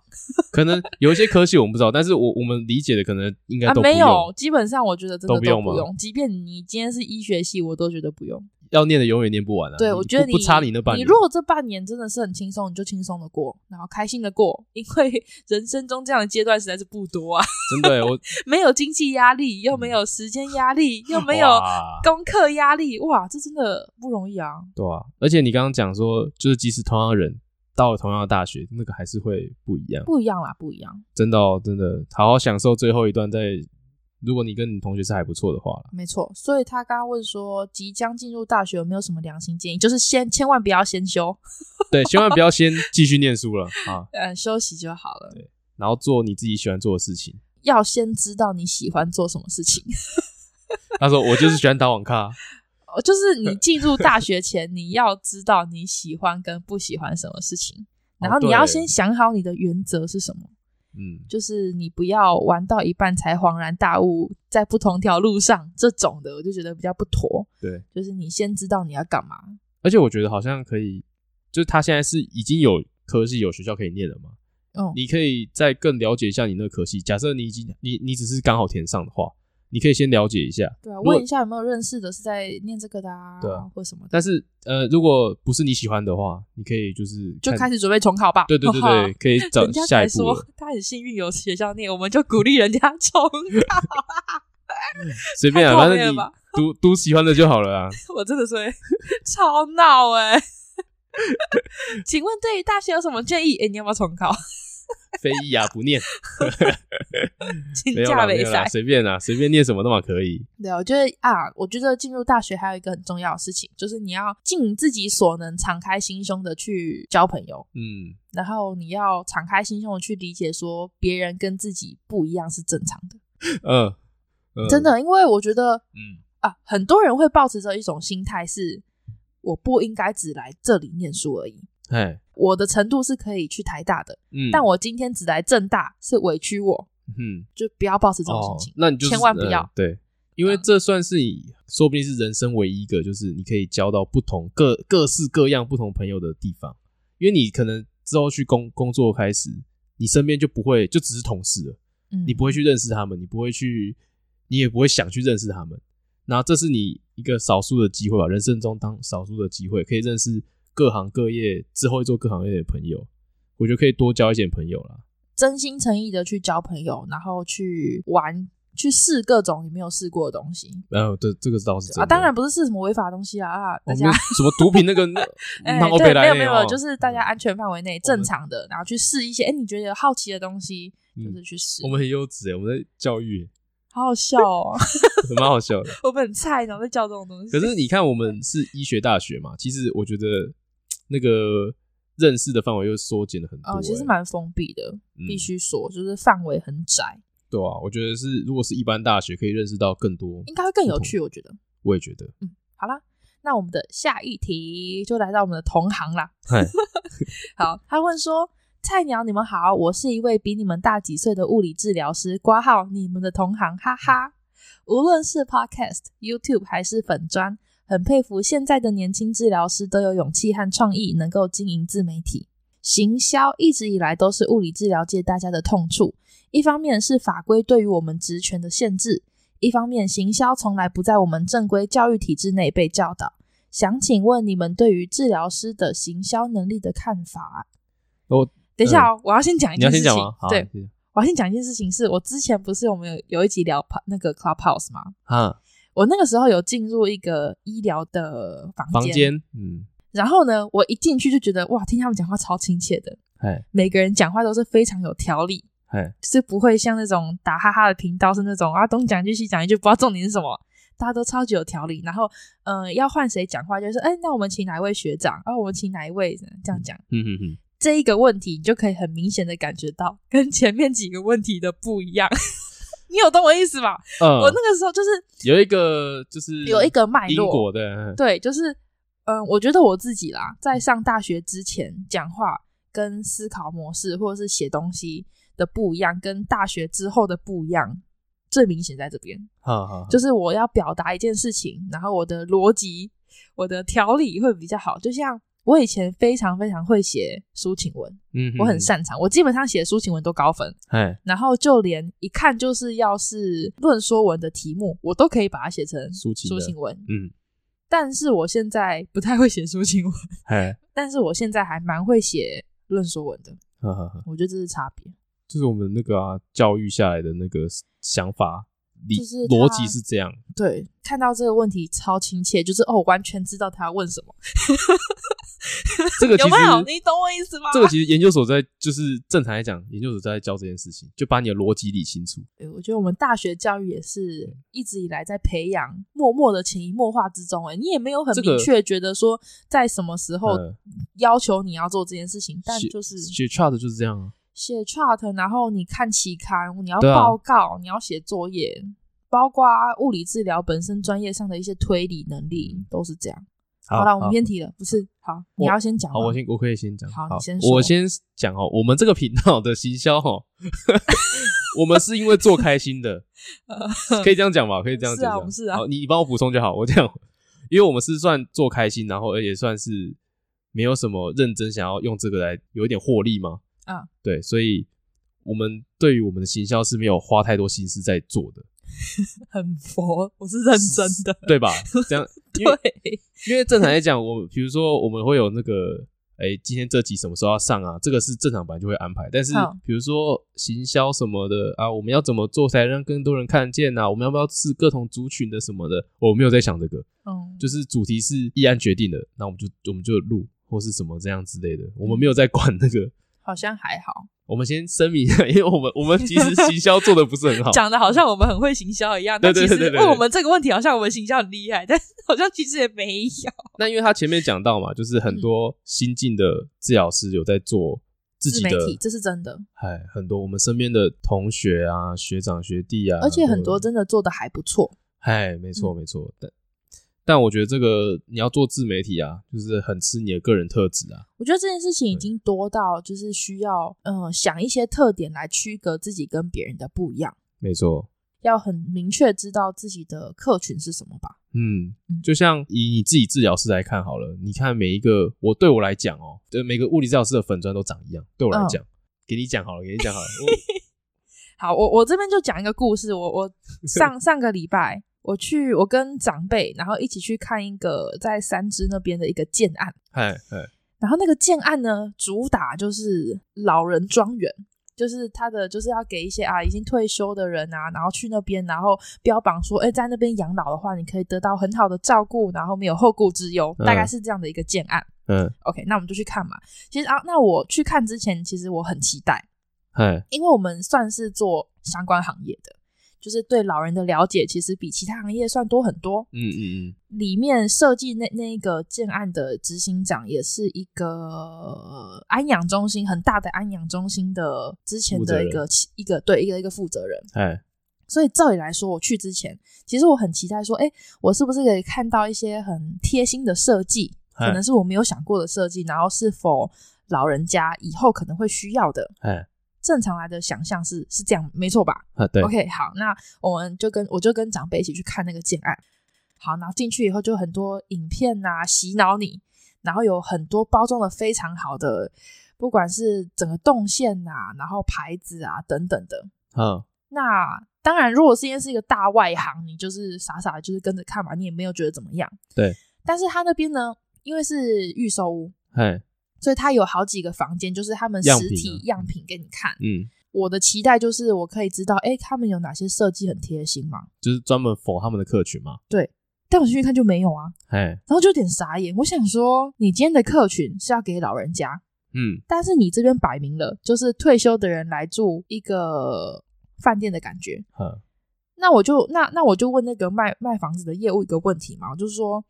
[SPEAKER 2] 可能有一些科系我们不知道，但是我我们理解的可能应该
[SPEAKER 1] 啊。
[SPEAKER 2] 都不
[SPEAKER 1] 没
[SPEAKER 2] 用。
[SPEAKER 1] 有，基本上我觉得真的
[SPEAKER 2] 都不用吗
[SPEAKER 1] 不用，即便你今天是医学系，我都觉得不用。
[SPEAKER 2] 要念的永远念不完啊。
[SPEAKER 1] 对，
[SPEAKER 2] 你
[SPEAKER 1] 我觉得你
[SPEAKER 2] 不不差你那半
[SPEAKER 1] 你
[SPEAKER 2] 年。
[SPEAKER 1] 如果这半年真的是很轻松，你就轻松的过，然后开心的过，因为人生中这样的阶段实在是不多啊，
[SPEAKER 2] 真的欸、我
[SPEAKER 1] 没有经济压力，又没有时间压力，又没有
[SPEAKER 2] 哇
[SPEAKER 1] 功课压力，哇，这真的不容易啊。
[SPEAKER 2] 对啊，而且你刚刚讲说，就是即使同样的人到了同样的大学，那个还是会不一样。
[SPEAKER 1] 不一样啦，不一样，
[SPEAKER 2] 真的哦，真的，好好享受最后一段在。如果你跟你同学是还不错的话 啦，
[SPEAKER 1] 没错。所以他刚刚问说，即将进入大学有没有什么良心建议？就是先千万不要先休，
[SPEAKER 2] 对，千万不要先继续念书了啊，
[SPEAKER 1] 呃，休息就好了。
[SPEAKER 2] 然后做你自己喜欢做的事情。
[SPEAKER 1] 要先知道你喜欢做什么事情。
[SPEAKER 2] 他说：“我就是喜欢打网咖。
[SPEAKER 1] 哦，就是你进入大学 前，你要知道你喜欢跟不喜欢什么事情，然后你要
[SPEAKER 2] 哦对
[SPEAKER 1] 先想好你的原则是什么，”
[SPEAKER 2] 嗯，
[SPEAKER 1] 就是你不要玩到一半才恍然大悟，在不同条路上这种的，我就觉得比较不妥。
[SPEAKER 2] 对。
[SPEAKER 1] 就是你先知道你要干嘛，
[SPEAKER 2] 而且我觉得好像可以，就是他现在是已经有科系有学校可以念了嘛，
[SPEAKER 1] 嗯
[SPEAKER 2] 你可以再更了解一下你那个科系。假设你已经你你只是刚好填上的话，你可以先了解一下。
[SPEAKER 1] 对啊，
[SPEAKER 2] 果
[SPEAKER 1] 问一下有没有认识的是在念这个的啊，
[SPEAKER 2] 对啊
[SPEAKER 1] 或什么的，
[SPEAKER 2] 但是呃，如果不是你喜欢的话，你可以就是
[SPEAKER 1] 就
[SPEAKER 2] 看
[SPEAKER 1] 开始准备重考吧。
[SPEAKER 2] 对对对 对，可以找
[SPEAKER 1] 人家
[SPEAKER 2] 下
[SPEAKER 1] 才
[SPEAKER 2] 一步
[SPEAKER 1] 说
[SPEAKER 2] 了，
[SPEAKER 1] 他很幸运有学校念，我们就鼓励人家重考。
[SPEAKER 2] 随便啊，
[SPEAKER 1] 太
[SPEAKER 2] 反
[SPEAKER 1] 后面
[SPEAKER 2] 正
[SPEAKER 1] 了
[SPEAKER 2] 你
[SPEAKER 1] 吧
[SPEAKER 2] 读读喜欢的就好了啊。
[SPEAKER 1] 我真的是会超闹哎、 请问对于大学有什么建议？哎、你要不要重考？
[SPEAKER 2] 非议啊，不念
[SPEAKER 1] 请
[SPEAKER 2] 没有
[SPEAKER 1] 假
[SPEAKER 2] 啦，没
[SPEAKER 1] 没
[SPEAKER 2] 有啦，
[SPEAKER 1] 赛。
[SPEAKER 2] 随便啊，随便念什么都嘛可以。
[SPEAKER 1] 对，我觉得啊，我觉得进入大学还有一个很重要的事情，就是你要尽自己所能，敞开心胸的去交朋友，
[SPEAKER 2] 嗯，
[SPEAKER 1] 然后你要敞开心胸的去理解说别人跟自己不一样是正常的。
[SPEAKER 2] 呃，呃
[SPEAKER 1] 真，的，因为我觉得
[SPEAKER 2] 嗯，
[SPEAKER 1] 啊，很多人会抱持着一种心态是，我不应该只来这里念书而已。
[SPEAKER 2] 哎，
[SPEAKER 1] 我的程度是可以去台大的，
[SPEAKER 2] 嗯，
[SPEAKER 1] 但我今天只来正大是委屈我，
[SPEAKER 2] 嗯。
[SPEAKER 1] 就不要抱持这种
[SPEAKER 2] 哦
[SPEAKER 1] 心，情。
[SPEAKER 2] 那你就是
[SPEAKER 1] 千万不
[SPEAKER 2] 嗯
[SPEAKER 1] 要
[SPEAKER 2] 对，因为
[SPEAKER 1] 嗯
[SPEAKER 2] 这算是你说不定是人生唯一一个，就是你可以交到不同各各式各样不同朋友的地方。因为你可能之后去工工作开始，你身边就不会就只是同事了，
[SPEAKER 1] 嗯，
[SPEAKER 2] 你不会去认识他们，你不会去，你也不会想去认识他们。那这是你一个少数的机会吧，人生中当少数的机会，可以认识各行各业之后会做各行各业的朋友，我觉得可以多交一些朋友啦。
[SPEAKER 1] 真心诚意的去交朋友，然后去玩，去试各种你没有试过的东西啊
[SPEAKER 2] 呃，这这个倒是真的哦
[SPEAKER 1] 啊。当然不是试什么违法的东西啊啊，
[SPEAKER 2] 我
[SPEAKER 1] 大
[SPEAKER 2] 们
[SPEAKER 1] 家。
[SPEAKER 2] 什么毒品那 个
[SPEAKER 1] 哎，
[SPEAKER 2] 那欧
[SPEAKER 1] 对，没
[SPEAKER 2] 贝莱
[SPEAKER 1] 有
[SPEAKER 2] 那
[SPEAKER 1] 没
[SPEAKER 2] 个
[SPEAKER 1] 有，
[SPEAKER 2] 哦
[SPEAKER 1] 没有就是大家安全范围内正常的，然后去试一些，哎，你觉得有好奇的东西，
[SPEAKER 2] 嗯
[SPEAKER 1] 就是去试
[SPEAKER 2] 我。们很优质哎，我们在教育
[SPEAKER 1] 好好笑哦，
[SPEAKER 2] 欸，蛮好笑的。
[SPEAKER 1] 我们很菜，然后在教这种东西。
[SPEAKER 2] 可是你看，我们是医学大学嘛，其实我觉得那个认识的范围又缩减了很多欸、
[SPEAKER 1] 哦，其实蛮封闭的，
[SPEAKER 2] 嗯
[SPEAKER 1] 必须说，就是范围很窄，
[SPEAKER 2] 对啊。我觉得是，如果是一般大学，可以认识到更多
[SPEAKER 1] 应。该会更有趣，我觉得。
[SPEAKER 2] 我也觉得，
[SPEAKER 1] 好啦，那我们的下一题就来到我们的同行啦。
[SPEAKER 2] 嗨，
[SPEAKER 1] 好，他问说：“菜鸟，你们好，我是一位比你们大几岁的物理治疗师，挂号你们的同行，哈哈。无论是 Podcast、YouTube 还是粉砖，很佩服现在的年轻治疗师都有勇气和创意，能够经营自媒体。行销一直以来都是物理治疗界大家的痛处，一方面是法规对于我们职权的限制，一方面行销从来不在我们正规教育体制内被教导。想请问你们对于治疗师的行销能力的看法？啊
[SPEAKER 2] 我呃
[SPEAKER 1] 等一下哦，我要先讲一
[SPEAKER 2] 你要
[SPEAKER 1] 件事
[SPEAKER 2] 先
[SPEAKER 1] 情
[SPEAKER 2] 讲吗？好。
[SPEAKER 1] 对，
[SPEAKER 2] 谢谢
[SPEAKER 1] 我要先讲一件事情是，我之前不是我们有有一集聊 pa- 那个 Clubhouse 吗？
[SPEAKER 2] 啊，
[SPEAKER 1] 我那个时候有进入一个医疗的房间，
[SPEAKER 2] 房间， 嗯，
[SPEAKER 1] 然后呢，我一进去就觉得哇，听他们讲话超亲切的，
[SPEAKER 2] 嗨
[SPEAKER 1] 每个人讲话都是非常有条理，
[SPEAKER 2] 嗨，
[SPEAKER 1] 就是不会像那种打哈哈的频道是那种啊东讲一句西讲一句，不知道重点是什么。大家都超级有条理，然后，嗯、要换谁讲话，就是，哎、那我们请哪一位学长，啊，我们请哪一位，这样讲。
[SPEAKER 2] 嗯哼哼，
[SPEAKER 1] 这一个问题，你就可以很明显的感觉到跟前面几个问题的不一 样。你有懂 我意思吧？
[SPEAKER 2] 嗯，
[SPEAKER 1] 我那个时候就是
[SPEAKER 2] 有一个就是
[SPEAKER 1] 有一个脉
[SPEAKER 2] 英
[SPEAKER 1] 络，
[SPEAKER 2] 国的，嗯
[SPEAKER 1] 对，就是嗯，我觉得我自己啦，在上大学之前，讲话跟思考模式或者是写东西的不一样，跟大学之后的不一样，最明显在这边。
[SPEAKER 2] 哈哈，
[SPEAKER 1] 就是我要表达一件事情，然后我的逻辑、我的条理会比较好。就像我以前非常非常会写抒情文，
[SPEAKER 2] 嗯
[SPEAKER 1] 我很
[SPEAKER 2] 善，
[SPEAKER 1] 擅长，我基本上写抒情文都高分，
[SPEAKER 2] 哎，
[SPEAKER 1] 然后就连一看就是要是论说文的题目，我都可以把它写成
[SPEAKER 2] 抒情的
[SPEAKER 1] 抒情文。
[SPEAKER 2] 嗯，
[SPEAKER 1] 但是我现在不太会写抒情文，
[SPEAKER 2] 哎，
[SPEAKER 1] 但是我现在还蛮会写论说文的，
[SPEAKER 2] 哈哈哈，
[SPEAKER 1] 我觉得这是差别。
[SPEAKER 2] 就是我们那个啊，教育下来的那个想法。理
[SPEAKER 1] 就是他
[SPEAKER 2] 逻辑是这样，
[SPEAKER 1] 对，看到这个问题超亲切，就是哦，我完全知道他要问什么，
[SPEAKER 2] 这个其
[SPEAKER 1] 有
[SPEAKER 2] 实
[SPEAKER 1] 没有？你懂我意思吗？
[SPEAKER 2] 这个其实研究所在就是正常来讲，研究所在教这件事情，就把你的逻辑理清楚。
[SPEAKER 1] 对，我觉得我们大学教育也是一直以来在培养，默默的潜移默化之中、欸。哎，你也没有很
[SPEAKER 2] 这个
[SPEAKER 1] 明确觉得说在什么时候
[SPEAKER 2] 嗯
[SPEAKER 1] 要求你要做这件事情，但
[SPEAKER 2] 写
[SPEAKER 1] 就是
[SPEAKER 2] 写 chart 就是这样啊。
[SPEAKER 1] 写 chart，然后你看期刊，你要
[SPEAKER 2] 对啊
[SPEAKER 1] 报告，你要写作业，包括物理治疗本身专业上的一些推理能力，都是这样。好了，我们偏题了，不是？好，你要先讲吗。
[SPEAKER 2] 好，嗯我先我可以先讲。
[SPEAKER 1] 好
[SPEAKER 2] 好
[SPEAKER 1] 你先说
[SPEAKER 2] 我先讲哦。我们这个频道的行销哦， 我们是因为做开心的，可以这样讲吧？可以这样
[SPEAKER 1] 呃是啊
[SPEAKER 2] 讲。这样
[SPEAKER 1] 我们是啊
[SPEAKER 2] 好，你你帮我补充就好。我这样，因为我们是算做开心，然后而且算是没有什么认真想要用这个来有一点获利嘛。
[SPEAKER 1] 啊，
[SPEAKER 2] 对，所以我们对于我们的行销是没有花太多心思在做的，
[SPEAKER 1] 很佛，我是认真的。
[SPEAKER 2] 对吧？这样，因为
[SPEAKER 1] 对，
[SPEAKER 2] 因为正常来讲，我比如说我们会有那个，哎、今天这集什么时候要上啊？这个是正常版就会安排。但是
[SPEAKER 1] 好
[SPEAKER 2] 比如说行销什么的啊，我们要怎么做才让更多人看见啊？我们要不要是各种族群的什么的？我没有在想这个，
[SPEAKER 1] 嗯，
[SPEAKER 2] 就是主题是易安决定的，那我们就我们就录或是什么这样之类的，我们没有在管那个。
[SPEAKER 1] 好像还好，
[SPEAKER 2] 我们先声明一下，因为我们我们其实行销做的不是很好，
[SPEAKER 1] 讲的好像我们很会行销一样，
[SPEAKER 2] 对
[SPEAKER 1] 但
[SPEAKER 2] 对
[SPEAKER 1] 其
[SPEAKER 2] 对对
[SPEAKER 1] 实
[SPEAKER 2] 对
[SPEAKER 1] 问我们这个问题，好像我们行销很厉害，但是好像其实也没有。
[SPEAKER 2] 那因为他前面讲到嘛，就是
[SPEAKER 1] 嗯
[SPEAKER 2] 很多新进的治疗师有在做自己
[SPEAKER 1] 自
[SPEAKER 2] 的
[SPEAKER 1] 媒体这是真的，
[SPEAKER 2] 哎，很多我们身边的同学啊、学长学弟啊，
[SPEAKER 1] 而且很多嗯
[SPEAKER 2] 或者
[SPEAKER 1] 真的做的还不错。
[SPEAKER 2] 哎，没错没错，但但我觉得这个你要做自媒体啊，就是很吃你的个人特质啊。
[SPEAKER 1] 我觉得这件事情已经多到就是需要，嗯、想一些特点来区隔自己跟别人的不一样，
[SPEAKER 2] 没错，
[SPEAKER 1] 要很明确知道自己的客群是什么吧。
[SPEAKER 2] 嗯
[SPEAKER 1] 嗯，
[SPEAKER 2] 就像以你自己治疗师来看好了，你看每一个我对我来讲哦，对每个物理治疗师的粉砖都长一样，对
[SPEAKER 1] 嗯
[SPEAKER 2] 我来讲，给你讲好了，给你讲 好了，我
[SPEAKER 1] 好，我我这边就讲一个故事。我我上上个礼拜我去，我跟长辈然后一起去看一个在三芝那边的一个建案，
[SPEAKER 2] 哎哎，
[SPEAKER 1] 然后那个建案呢，主打就是老人庄园。就是他的，就是要给一些啊已经退休的人啊，然后去那边，然后标榜说，哎、在那边养老的话，你可以得到很好的照顾，然后没有后顾之忧，
[SPEAKER 2] 嗯
[SPEAKER 1] 大概是这样的一个建案。
[SPEAKER 2] 嗯
[SPEAKER 1] OK，那我们就去看嘛。其实啊，那我去看之前，其实我很期待，
[SPEAKER 2] 哎，
[SPEAKER 1] 因为我们算是做相关行业的，就是对老人的了解其实比其他行业算多很多。
[SPEAKER 2] 嗯嗯嗯，
[SPEAKER 1] 里面设计那那一个建案的执行长也是一个呃安养中心很大的安养中心的之前
[SPEAKER 2] 负责
[SPEAKER 1] 的
[SPEAKER 2] 人
[SPEAKER 1] 一个其一个对一个一个负责人。
[SPEAKER 2] 哎，
[SPEAKER 1] 所以照理来说，我去之前，其实我很期待说，哎，我是不是可以看到一些很贴心的设计，
[SPEAKER 2] 哎
[SPEAKER 1] 可能是我没有想过的设计，然后是否老人家以后可能会需要的。
[SPEAKER 2] 哎，
[SPEAKER 1] 正常来的想象是是这样，没错吧？
[SPEAKER 2] 啊对，
[SPEAKER 1] OK，好，那我们就跟我就跟长辈一起去看那个建案。好，然后进去以后就很多影片呐、洗脑你，然后有很多包装的非常好的，不管是整个动线呐、啊然后牌子啊等等的。
[SPEAKER 2] 嗯，
[SPEAKER 1] 那当然，如果今天是一个大外行，你就是傻傻的就是跟着看嘛，你也没有觉得怎么样。
[SPEAKER 2] 对。
[SPEAKER 1] 但是他那边呢，因为是预售屋，
[SPEAKER 2] 哎，
[SPEAKER 1] 所以他有好几个房间，就是他们
[SPEAKER 2] 样
[SPEAKER 1] 实
[SPEAKER 2] 品
[SPEAKER 1] 体
[SPEAKER 2] 啊
[SPEAKER 1] 样品给你看。
[SPEAKER 2] 嗯，
[SPEAKER 1] 我的期待就是我可以知道，哎，他们有哪些设计很贴心嘛？
[SPEAKER 2] 就是专门否他们的客群嘛，
[SPEAKER 1] 但我进去看就没有啊，
[SPEAKER 2] 哎，
[SPEAKER 1] 然后就有点傻眼。我想说，你今天的客群是要给老人家，
[SPEAKER 2] 嗯，
[SPEAKER 1] 但是你这边摆明了就是退休的人来住一个饭店的感觉。
[SPEAKER 2] 嗯
[SPEAKER 1] 那我就那那我就问那个卖卖房子的业务一个问题嘛，我就说，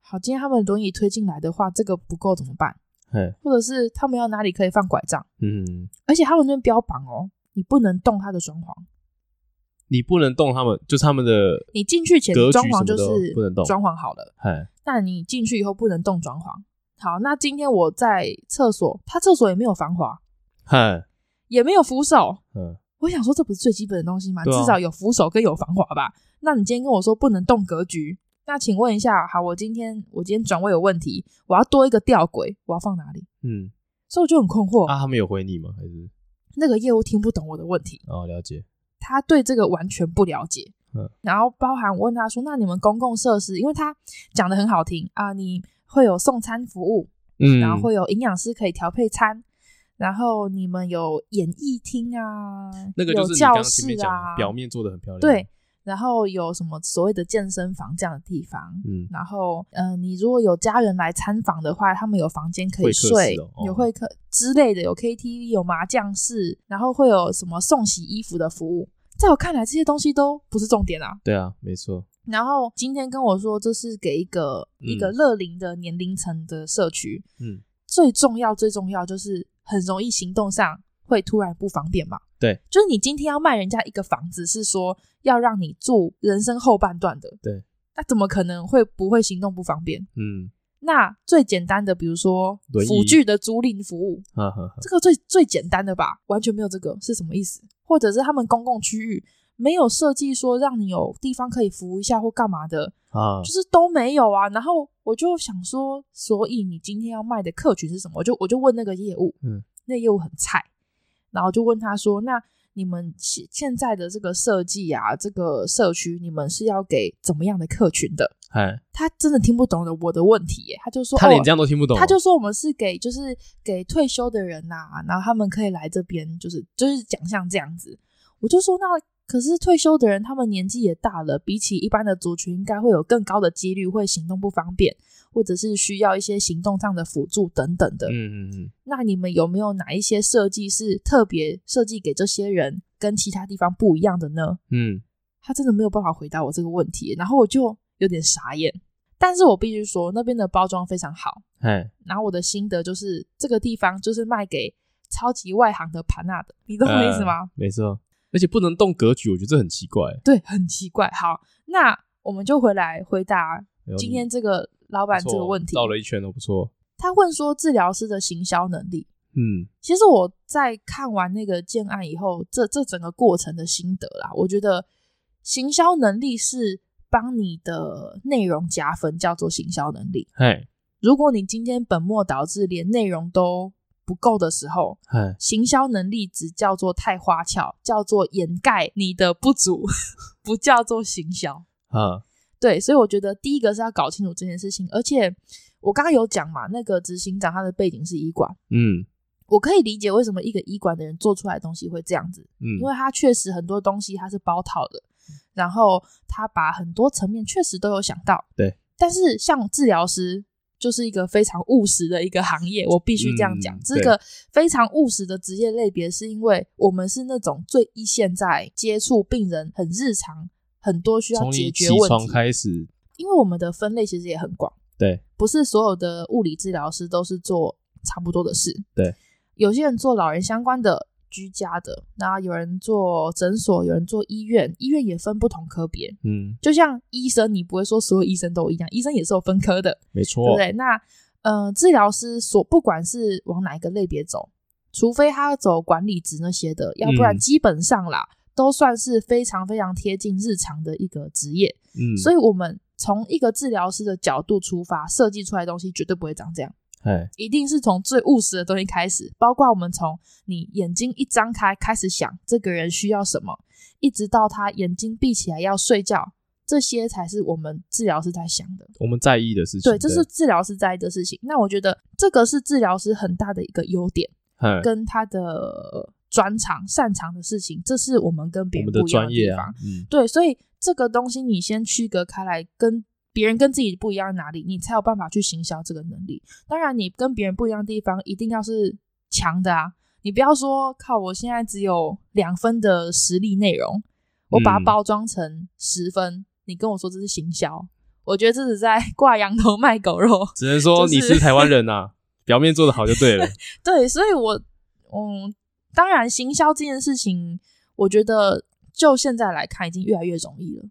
[SPEAKER 1] 好，今天他们轮椅推进来的话，这个不够怎么办？
[SPEAKER 2] 嘿，
[SPEAKER 1] 或者是他们要哪里可以放拐杖？
[SPEAKER 2] 嗯，
[SPEAKER 1] 而且他们那边标榜哦，你不能动它的装潢，
[SPEAKER 2] 你不能动他们，就是他们的，
[SPEAKER 1] 你进去前
[SPEAKER 2] 格局
[SPEAKER 1] 装潢就
[SPEAKER 2] 什么都
[SPEAKER 1] 是
[SPEAKER 2] 不能动
[SPEAKER 1] 装潢好了。
[SPEAKER 2] 哎，
[SPEAKER 1] 那你进去以后不能动装潢。好，那今天我在厕所，他厕所也没有防滑，
[SPEAKER 2] 嗨，
[SPEAKER 1] 也没有扶手。
[SPEAKER 2] 嗯，
[SPEAKER 1] 我想说，这不是最基本的东西吗？
[SPEAKER 2] 对啊
[SPEAKER 1] 至少有扶手跟有防滑吧。那你今天跟我说不能动格局，那请问一下，好，我今天我今天转位有问题，我要多一个吊轨，我要放哪里？
[SPEAKER 2] 嗯，
[SPEAKER 1] 所以我就很困惑。
[SPEAKER 2] 啊，他们有回你吗？还是
[SPEAKER 1] 那个业务听不懂我的问题，
[SPEAKER 2] 哦，了解，
[SPEAKER 1] 他对这个完全不了解。
[SPEAKER 2] 嗯
[SPEAKER 1] 然后包含我问他说：“那你们公共设施，因为他讲的很好听啊，你会有送餐服务，
[SPEAKER 2] 嗯
[SPEAKER 1] 然后会有营养师可以调配餐，然后你们有演艺厅啊，
[SPEAKER 2] 那个就
[SPEAKER 1] 有
[SPEAKER 2] 是你刚
[SPEAKER 1] 教
[SPEAKER 2] 刚前
[SPEAKER 1] 室
[SPEAKER 2] 面讲
[SPEAKER 1] 啊，
[SPEAKER 2] 的，表面做的很漂亮，
[SPEAKER 1] 对，然后有什么所谓的健身房这样的地方。
[SPEAKER 2] 嗯，
[SPEAKER 1] 然后，呃，你如果有家人来参访的话，他们有房间可
[SPEAKER 2] 会
[SPEAKER 1] 以
[SPEAKER 2] 客室
[SPEAKER 1] 睡，
[SPEAKER 2] 哦哦
[SPEAKER 1] 有会客之类的，有 KTV，有麻将室，然后会有什么送洗衣服的服务。在我看来，这些东西都不是重点啊。
[SPEAKER 2] 对啊，没错，
[SPEAKER 1] 然后今天跟我说，这是给一个、一个
[SPEAKER 2] 嗯
[SPEAKER 1] 乐龄的年龄层的社区，
[SPEAKER 2] 嗯，
[SPEAKER 1] 最重要最重要就是很容易行动上会突然不方便嘛。
[SPEAKER 2] 对，
[SPEAKER 1] 就是你今天要卖人家一个房子，是说要让你住人生后半段的。
[SPEAKER 2] 对，
[SPEAKER 1] 那怎么可能会不会行动不方便？
[SPEAKER 2] 嗯，
[SPEAKER 1] 那最简单的，比如说
[SPEAKER 2] 轮椅嗯
[SPEAKER 1] 辅具的租赁服务，
[SPEAKER 2] 哈哈哈，
[SPEAKER 1] 这个最最简单的吧，完全没有这个是什么意思？或者是他们公共区域没有设计说让你有地方可以扶一下或干嘛的，
[SPEAKER 2] 啊
[SPEAKER 1] 就，是都没有啊。然后我就想说，所以你今天要卖的客群是什么？我就我就问那个业务，
[SPEAKER 2] 嗯，
[SPEAKER 1] 那业务很菜，然后就问他说，那你们现现在的这个设计啊，这个社区，你们是要给怎么样的客群的？
[SPEAKER 2] 嗨，
[SPEAKER 1] 他真的听不懂的我的问题耶，他就说
[SPEAKER 2] 他连
[SPEAKER 1] 哦
[SPEAKER 2] 这样都听不懂，
[SPEAKER 1] 他就说我们是给就是给退休的人呐、然后他们可以来这边，就是就是讲像这样子。我就说那可是退休的人，他们年纪也大了，比起一般的族群，应该会有更高的几率会行动不方便，或者是需要一些行动上的辅助等等的。
[SPEAKER 2] 嗯嗯嗯，
[SPEAKER 1] 那你们有没有哪一些设计是特别设计给这些人，跟其他地方不一样的呢？
[SPEAKER 2] 嗯，
[SPEAKER 1] 他真的没有办法回答我这个问题，然后我就有点傻眼。但是我必须说，那边的包装非常好，
[SPEAKER 2] 嗨，
[SPEAKER 1] 然后我的心得就是，这个地方就是卖给超级外行的盘纳的，你懂我意思吗？
[SPEAKER 2] 呃？没错，而且不能动格局，我觉得这很奇怪。欸
[SPEAKER 1] 对，很奇怪。好，那我们就回来回答
[SPEAKER 2] 哎呦
[SPEAKER 1] 今
[SPEAKER 2] 你
[SPEAKER 1] 天这个老
[SPEAKER 2] 不
[SPEAKER 1] 板这个
[SPEAKER 2] 错
[SPEAKER 1] 问题。
[SPEAKER 2] 绕了一圈都哦不错。
[SPEAKER 1] 他问说治疗师的行销能力。
[SPEAKER 2] 嗯
[SPEAKER 1] 其实我在看完那个建案以后，这这整个过程的心得啦，我觉得行销能力是帮你的内容加分，叫做行销能力。
[SPEAKER 2] 嗨
[SPEAKER 1] 如果你今天本末倒置，连内容都不够的时候，
[SPEAKER 2] 嗨，
[SPEAKER 1] 行销能力只叫做太花俏，叫做掩盖你的不足， 不叫做行销。
[SPEAKER 2] 啊，
[SPEAKER 1] 对，所以我觉得第一个是要搞清楚这件事情，而且我刚刚有讲嘛，那个执行长他的背景是医馆，
[SPEAKER 2] 嗯
[SPEAKER 1] 我可以理解为什么一个医馆的人做出来的东西会这样子，
[SPEAKER 2] 嗯，
[SPEAKER 1] 因为他确实很多东西他是包套的，然后他把很多层面确实都有想到。
[SPEAKER 2] 对，
[SPEAKER 1] 但是像治疗师就是一个非常务实的一个行业，我必须这样讲，
[SPEAKER 2] 嗯
[SPEAKER 1] 这个非常务实的职业类别，是因为我们是那种最一线在接触病人很日常。很多需要
[SPEAKER 2] 从
[SPEAKER 1] 解
[SPEAKER 2] 你
[SPEAKER 1] 决
[SPEAKER 2] 起
[SPEAKER 1] 问题，
[SPEAKER 2] 床开始，
[SPEAKER 1] 因为我们的分类其实也很广，
[SPEAKER 2] 对，
[SPEAKER 1] 不是所有的物理治疗师都是做差不多的事，
[SPEAKER 2] 对，
[SPEAKER 1] 有些人做老人相关的居家的，然后有人做诊所，有人做医院，医院也分不同科别，
[SPEAKER 2] 嗯，
[SPEAKER 1] 就像医生，你不会说所有医生都一样，医生也是有分科的，
[SPEAKER 2] 没
[SPEAKER 1] 对不
[SPEAKER 2] 错，
[SPEAKER 1] 对？那呃，治疗师所不管是往哪一个类别走，除非他要走管理职那些的，要不然
[SPEAKER 2] 嗯
[SPEAKER 1] 基本上啦，都算是非常非常贴近日常的一个职业。
[SPEAKER 2] 嗯，
[SPEAKER 1] 所
[SPEAKER 2] 以
[SPEAKER 1] 以我们从一个治疗师的角度出发，设计出来的东西绝对不会长这样，
[SPEAKER 2] 嗨，
[SPEAKER 1] 一定是从最务实的东西开始，包括我们从你眼睛一张开开始想这个人需要什么，一直到他眼睛闭起来要睡觉，这些才是我们治疗师在想的。
[SPEAKER 2] 我们在意的事情，
[SPEAKER 1] 对，这是治疗师在意的事情。那我觉得这个是治疗师很大的一个优点，
[SPEAKER 2] 嗨，
[SPEAKER 1] 跟他的专长、擅长的事情，这是我们跟别
[SPEAKER 2] 我
[SPEAKER 1] 人
[SPEAKER 2] 们的
[SPEAKER 1] 不一样
[SPEAKER 2] 专
[SPEAKER 1] 的
[SPEAKER 2] 业
[SPEAKER 1] 地
[SPEAKER 2] 啊
[SPEAKER 1] 方。，
[SPEAKER 2] 嗯，
[SPEAKER 1] 对，所以这个东西你先区隔开来，跟别人跟自己不一样的哪里，你才有办法去行销这个能力。当然，你跟别人不一样的地方，一定要是强的啊！你不要说靠，我现在只有两分的实力内容，我把它
[SPEAKER 2] 嗯
[SPEAKER 1] 包装成十分，你跟我说这是行销，我觉得这是在 挂羊头卖狗肉。
[SPEAKER 2] 只能说
[SPEAKER 1] 就是
[SPEAKER 2] 你是台湾 人呐，表面做的好就对了，
[SPEAKER 1] 对，所以我嗯，当然行销这件事情，我觉得就现在来看，已经越来越容易了。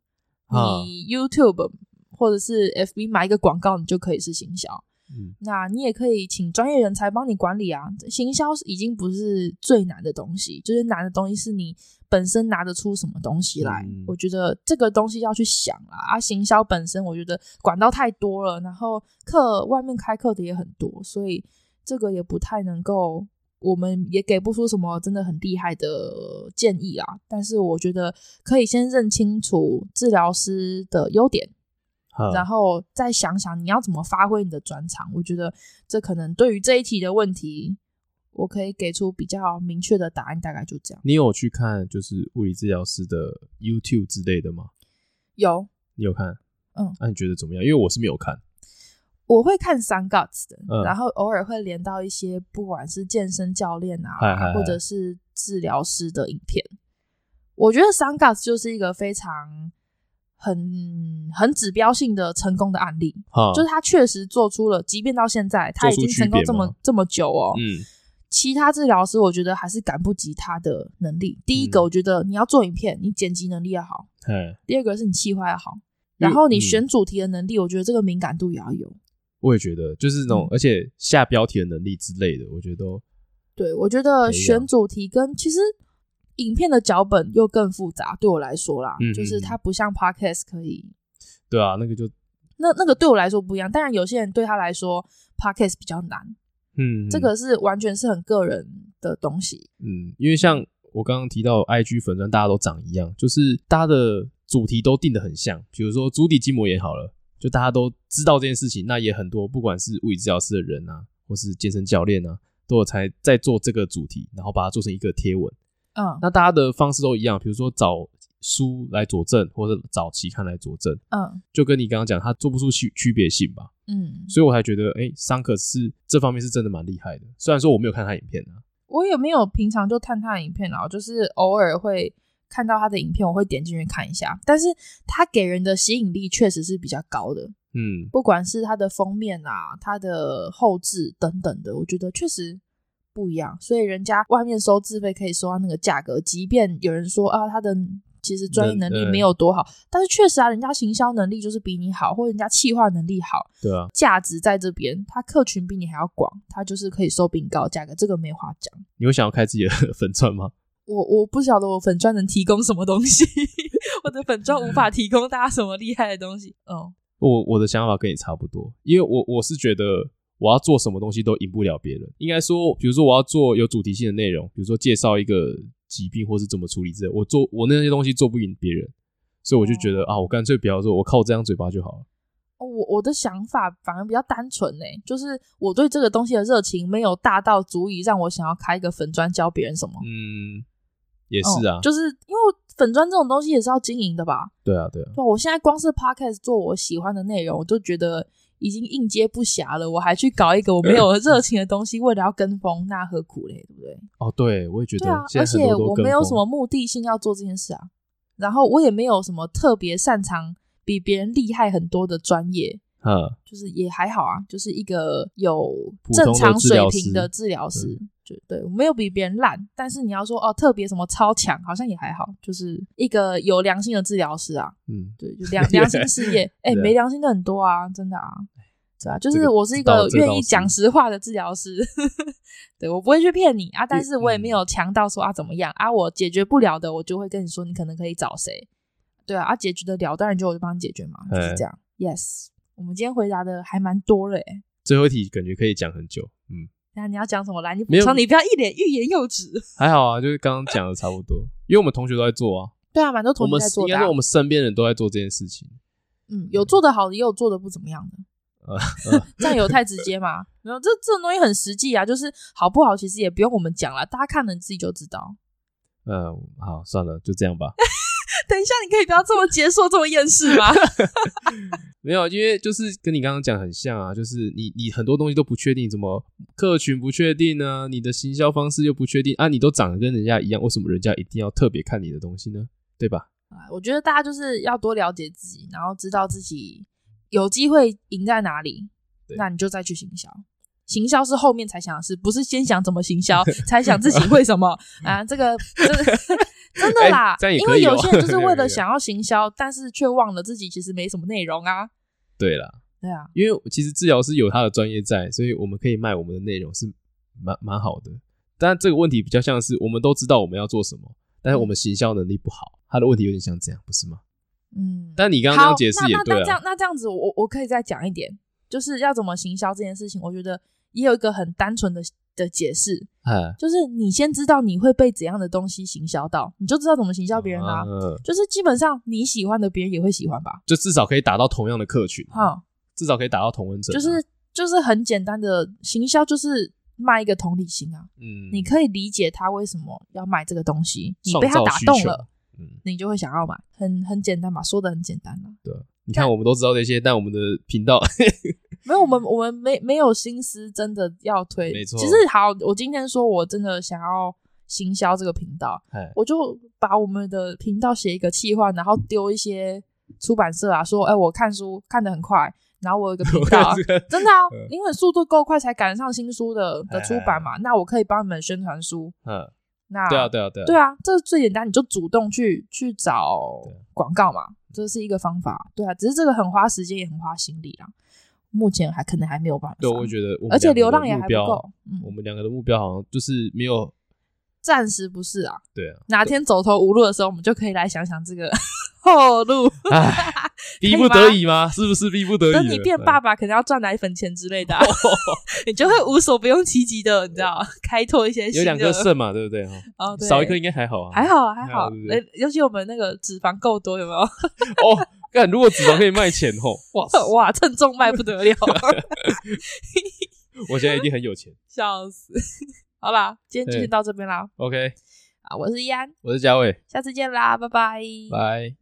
[SPEAKER 2] 啊
[SPEAKER 1] 你 YouTube 或者是 FB 买一个广告，你就可以是行销。
[SPEAKER 2] 嗯
[SPEAKER 1] 那你也可以请专业人才帮你管理啊。行销已经不是最难的东西，就是难的东西是你本身拿得出什么东西来。
[SPEAKER 2] 嗯
[SPEAKER 1] 我觉得这个东西要去想啦。啊，行销本身我觉得管道太多了，然后课外面开课的也很多，所以这个也不太能够。我们也给不出什么真的很厉害的建议啦，但是我觉得可以先认清楚治疗师的优点，
[SPEAKER 2] 好
[SPEAKER 1] 然后再想想你要怎么发挥你的专长。我觉得这可能对于这一题的问题，我可以给出比较明确的答案，大概就这样。
[SPEAKER 2] 你有去看就是物理治疗师的 YouTube 之类的吗？
[SPEAKER 1] 有，
[SPEAKER 2] 你有看？
[SPEAKER 1] 嗯，
[SPEAKER 2] 那、你觉得怎么样？因为我是没有看，
[SPEAKER 1] 我会看三 guts 的，
[SPEAKER 2] 嗯
[SPEAKER 1] 然后偶尔会连到一些不管是健身教练啊，
[SPEAKER 2] 嗨嗨嗨
[SPEAKER 1] 或者是治疗师的影片。我觉得三 guts 就是一个非常很很指标性的成功的案例，
[SPEAKER 2] 哈，
[SPEAKER 1] 就是他确实做出了，即便到现在他已
[SPEAKER 2] 嗯做出
[SPEAKER 1] 经成
[SPEAKER 2] 区
[SPEAKER 1] 功
[SPEAKER 2] 别
[SPEAKER 1] 这么
[SPEAKER 2] 吗
[SPEAKER 1] 这么久哦，
[SPEAKER 2] 嗯
[SPEAKER 1] 其他治疗师，我觉得还是赶不及他的能力。第一
[SPEAKER 2] 嗯
[SPEAKER 1] 个，我觉得你要做影片，你剪辑能力要好；
[SPEAKER 2] 嘿，
[SPEAKER 1] 第二个是你企划要好，
[SPEAKER 2] 因为
[SPEAKER 1] 然后你
[SPEAKER 2] 嗯
[SPEAKER 1] 选主题的能力，我觉得这个敏感度也要有。
[SPEAKER 2] 我也觉得就是那种
[SPEAKER 1] 嗯，
[SPEAKER 2] 而且下标题的能力之类的，我觉得都
[SPEAKER 1] 对，我觉得
[SPEAKER 2] 培养
[SPEAKER 1] 选主题跟其实影片的脚本又更复杂，对我来说啦，
[SPEAKER 2] 嗯
[SPEAKER 1] 就是
[SPEAKER 2] 嗯嗯
[SPEAKER 1] 它不像 podcast 可以，
[SPEAKER 2] 对啊，那个就
[SPEAKER 1] 那那个对我来说不一样。当然，有些人对他来说 podcast 比较难，
[SPEAKER 2] 嗯，
[SPEAKER 1] 这个是完全是很个人的东西。
[SPEAKER 2] 嗯，因为像我刚刚提到 IG 粉砖，大家都长一样，就是大家的主题都定得很像，比如说足底筋膜炎好了，就大家都知道这件事情，那也很多不管是物理治疗师的人啊，或是健身教练啊，都有才在做这个主题，然后把它做成一个贴文。
[SPEAKER 1] 嗯
[SPEAKER 2] 那大家的方式都一样，比如说找书来佐证，或者找期刊来佐证，
[SPEAKER 1] 嗯
[SPEAKER 2] 就跟你刚刚讲，它做不出区区别性吧，
[SPEAKER 1] 嗯，
[SPEAKER 2] 所以我才觉得，哎、桑克是这方面是真的蛮厉害的。虽然说我没有看他影片啊，
[SPEAKER 1] 我也没有平常就看他的影片啦，我就是偶尔会看到他的影片，我会点进去看一下。但是他给人的吸引力确实是比较高的，
[SPEAKER 2] 嗯，
[SPEAKER 1] 不管是他的封面啊、他的后置等等的，我觉得确实不一样。所以人家外面收自费可以收到那个价格，即便有人说啊，他的其实专业能力
[SPEAKER 2] 对
[SPEAKER 1] 没有多好，但是确实啊，人家行销能力就是比你好，或者人家企划能力好，
[SPEAKER 2] 对啊，
[SPEAKER 1] 价值在这边，他客群比你还要广，他就是可以收比你高的价格，这个没话讲。
[SPEAKER 2] 你有想要开自己的 粉钻吗？
[SPEAKER 1] 我我不晓得我粉砖能提供什么东西， 我的粉砖无法提供大家什么厉害的东西。哦，
[SPEAKER 2] 我我的想法跟你差不多，因为我我是觉得我要做什么东西都赢不了别人。应该说，比如说我要做有主题性的内容，比如说介绍一个疾病或是怎么处理之类，我做我那些东西做不赢别人，所以我就觉得、
[SPEAKER 1] 哦
[SPEAKER 2] 啊，我干脆不要做，我靠我这张嘴巴就好了。
[SPEAKER 1] 哦我我的想法反而比较单纯呢，就是我对这个东西的热情没有大到足以让我想要开一个粉砖教别人什么。
[SPEAKER 2] 嗯，也是啊，
[SPEAKER 1] 哦就是因为粉砖这种东西也是要经营的吧？
[SPEAKER 2] 对啊，对啊，
[SPEAKER 1] 对，我现在光是 podcast 做我喜欢的内容，我就觉得已经应接不暇了，我还去搞一个我没有热情的东西，为了要跟风，那何苦嘞？对不对？
[SPEAKER 2] 哦，对，我也觉得
[SPEAKER 1] 对啊，
[SPEAKER 2] 现
[SPEAKER 1] 而
[SPEAKER 2] 在很
[SPEAKER 1] 且
[SPEAKER 2] 多都
[SPEAKER 1] 我
[SPEAKER 2] 跟
[SPEAKER 1] 没有
[SPEAKER 2] 风
[SPEAKER 1] 什么目的性要做这件事啊，然后我也没有什么特别擅长、比别人厉害很多的专业，
[SPEAKER 2] 啊，
[SPEAKER 1] 就是也还好啊，就是一个有
[SPEAKER 2] 普通
[SPEAKER 1] 正
[SPEAKER 2] 的
[SPEAKER 1] 常
[SPEAKER 2] 治
[SPEAKER 1] 水
[SPEAKER 2] 疗师
[SPEAKER 1] 平的治疗师，就对，我没有比别人烂，但是你要说哦特别什么超强，好像也还好，就是一个有良心的治疗师啊，
[SPEAKER 2] 嗯，
[SPEAKER 1] 对，就良良心事 业，哎、
[SPEAKER 2] 对啊
[SPEAKER 1] 没良心的很多啊，真的啊。对啊，就
[SPEAKER 2] 这
[SPEAKER 1] 是
[SPEAKER 2] 个
[SPEAKER 1] 我是一
[SPEAKER 2] 倒
[SPEAKER 1] 个
[SPEAKER 2] 这个
[SPEAKER 1] 愿
[SPEAKER 2] 倒
[SPEAKER 1] 意
[SPEAKER 2] 是
[SPEAKER 1] 讲实话的治疗师， 对我不会去骗你啊，但
[SPEAKER 2] 也
[SPEAKER 1] 是我也没
[SPEAKER 2] 嗯
[SPEAKER 1] 有强到说啊怎么样啊，我解决不了的，我就会跟你说你可能可以找谁，对啊，啊解决得了，当然就我就帮你解决嘛，就是
[SPEAKER 2] 哎
[SPEAKER 1] 这样。Yes，我们今天回答的还蛮多了诶，
[SPEAKER 2] 最后一题感觉可以讲很久，嗯，
[SPEAKER 1] 那你要讲什么来？你补
[SPEAKER 2] 没有
[SPEAKER 1] 充，你不要一脸欲言又止。
[SPEAKER 2] 还好啊，就是刚刚讲的差不多，因为我们同学都在做啊，
[SPEAKER 1] 对啊，蛮多
[SPEAKER 2] 我
[SPEAKER 1] 同学
[SPEAKER 2] 们
[SPEAKER 1] 在做
[SPEAKER 2] 应
[SPEAKER 1] 的
[SPEAKER 2] 该
[SPEAKER 1] 啊、
[SPEAKER 2] 说我们身边人都在做这件事情。
[SPEAKER 1] 嗯，有做的好的，也有做的不怎么样的。
[SPEAKER 2] 呃
[SPEAKER 1] 这样有太直接吗？没有，这这种东西很实际啊，就是好不好，其实也不用我们讲了，大家看了你自己就知道。
[SPEAKER 2] 嗯，好，算了，就这样吧。
[SPEAKER 1] 等一下，你可以不要这么结束，这么厌世吗？
[SPEAKER 2] 没有，因为就是跟你刚刚讲很像啊，就是你你很多东西都不确定，怎么客群不确定呢、你的行销方式又不确定啊，你都长得跟人家一样，为什么人家一定要特别看你的东西呢？对吧？
[SPEAKER 1] 啊我觉得大家就是要多了解自己，然后知道自己有机会赢在哪里
[SPEAKER 2] 对，
[SPEAKER 1] 那你就再去行销。行销是后面才想的事，不是先想怎么行销，才想自己会什 么啊？这个这个真的啦
[SPEAKER 2] 哎，这样也
[SPEAKER 1] 因
[SPEAKER 2] 可
[SPEAKER 1] 为
[SPEAKER 2] 以哦
[SPEAKER 1] 有些人就是为
[SPEAKER 2] 可以可
[SPEAKER 1] 了
[SPEAKER 2] 以
[SPEAKER 1] 想要行销，但是却忘了自己其实没什么内容啊。
[SPEAKER 2] 对啦，
[SPEAKER 1] 对啊，
[SPEAKER 2] 因为其实治疗师有他的专业在，所以我们可以卖我们的内容是蛮蛮好的。但这个问题比较像是我们都知道我们要做什么，但是我们行销能力不好，他的问题有点像这样，不是吗？
[SPEAKER 1] 嗯，
[SPEAKER 2] 但你刚刚这样解释也
[SPEAKER 1] 好那那
[SPEAKER 2] 对
[SPEAKER 1] 那这样
[SPEAKER 2] 啊，
[SPEAKER 1] 那这样子我，我我可以再讲一点，就是要怎么行销这件事情，我觉得也有一个很单纯的的解释，
[SPEAKER 2] 哎，
[SPEAKER 1] 就是你先知道你会被怎样的东西行销到，你就知道怎么行销别人啊啦、
[SPEAKER 2] 嗯
[SPEAKER 1] 就是基本上你喜欢的，别人也会喜欢吧。
[SPEAKER 2] 就至少可以打到同样的客群，
[SPEAKER 1] 哈、
[SPEAKER 2] 至少可以打到同温嗯层啊，
[SPEAKER 1] 嗯就是就是很简单的行销，就是卖一个同理心啊。
[SPEAKER 2] 嗯，
[SPEAKER 1] 你可以理解他为什么要买这个东西，你
[SPEAKER 2] 创
[SPEAKER 1] 被他
[SPEAKER 2] 造
[SPEAKER 1] 打
[SPEAKER 2] 需
[SPEAKER 1] 动
[SPEAKER 2] 求
[SPEAKER 1] 了，，
[SPEAKER 2] 嗯，
[SPEAKER 1] 你就会想要买。很很简单嘛，说的很简单啊。
[SPEAKER 2] 你看我们都知道这些，但我们的 频道
[SPEAKER 1] 没有，我 们我们没没有心思真的要推。
[SPEAKER 2] 没错
[SPEAKER 1] 其实好，我今天说我真的想要行销这个频道，
[SPEAKER 2] 哎，
[SPEAKER 1] 我就把我们的频道写一个企划，然后丢一些出版社啊，说哎、我看书看得很快，然后我有一个频道 啊。
[SPEAKER 2] 这个
[SPEAKER 1] 真的啊
[SPEAKER 2] 嗯，哎
[SPEAKER 1] 因为速度够快才赶上新书的的出版嘛，那我可以帮你们宣传书。
[SPEAKER 2] 嗯，
[SPEAKER 1] 那
[SPEAKER 2] 对啊，对啊，对啊，
[SPEAKER 1] 对啊，这最简单，你就主动去去找
[SPEAKER 2] 对啊
[SPEAKER 1] 广告嘛，这是一个方法。对啊，只是这个很花时间，也很花心力啦。啊目前还可能还没有办法。
[SPEAKER 2] 对，我觉得我们
[SPEAKER 1] 而且流
[SPEAKER 2] 两个
[SPEAKER 1] 浪
[SPEAKER 2] 的
[SPEAKER 1] 也
[SPEAKER 2] 目
[SPEAKER 1] 还不
[SPEAKER 2] 标
[SPEAKER 1] 够，
[SPEAKER 2] 我
[SPEAKER 1] 嗯，
[SPEAKER 2] 们两个的目标好像就是没有
[SPEAKER 1] 暂时不是啊。
[SPEAKER 2] 对啊，
[SPEAKER 1] 哪天走投无路的时候，我们就可以来想想这个 后路。
[SPEAKER 2] 唉， 逼不得已吗？是不是逼不得已了？哎哦
[SPEAKER 1] 等你变爸爸，可能要赚奶粉钱之类的、啊， 你就会无所不用其极的，你知道，开拓一些
[SPEAKER 2] 对
[SPEAKER 1] 新
[SPEAKER 2] 有
[SPEAKER 1] 的。
[SPEAKER 2] 两颗肾嘛，对不对？哦
[SPEAKER 1] 哦，对，
[SPEAKER 2] 少一颗应该还好啊，
[SPEAKER 1] 还好啊，还好
[SPEAKER 2] 还好对不。对
[SPEAKER 1] 呃，尤其我们那个脂肪够多，有没有？
[SPEAKER 2] 哦。看，如果脂肪可以卖钱吼，哇塞！
[SPEAKER 1] 哇，称重卖不 得了，
[SPEAKER 2] 我现在一定很 有钱。
[SPEAKER 1] 笑死！好啦，今天就
[SPEAKER 2] 对
[SPEAKER 1] 先到这边啦。
[SPEAKER 2] OK，
[SPEAKER 1] 啊，我是依安，
[SPEAKER 2] 我是嘉伟，
[SPEAKER 1] 下次见啦，拜拜。
[SPEAKER 2] 拜。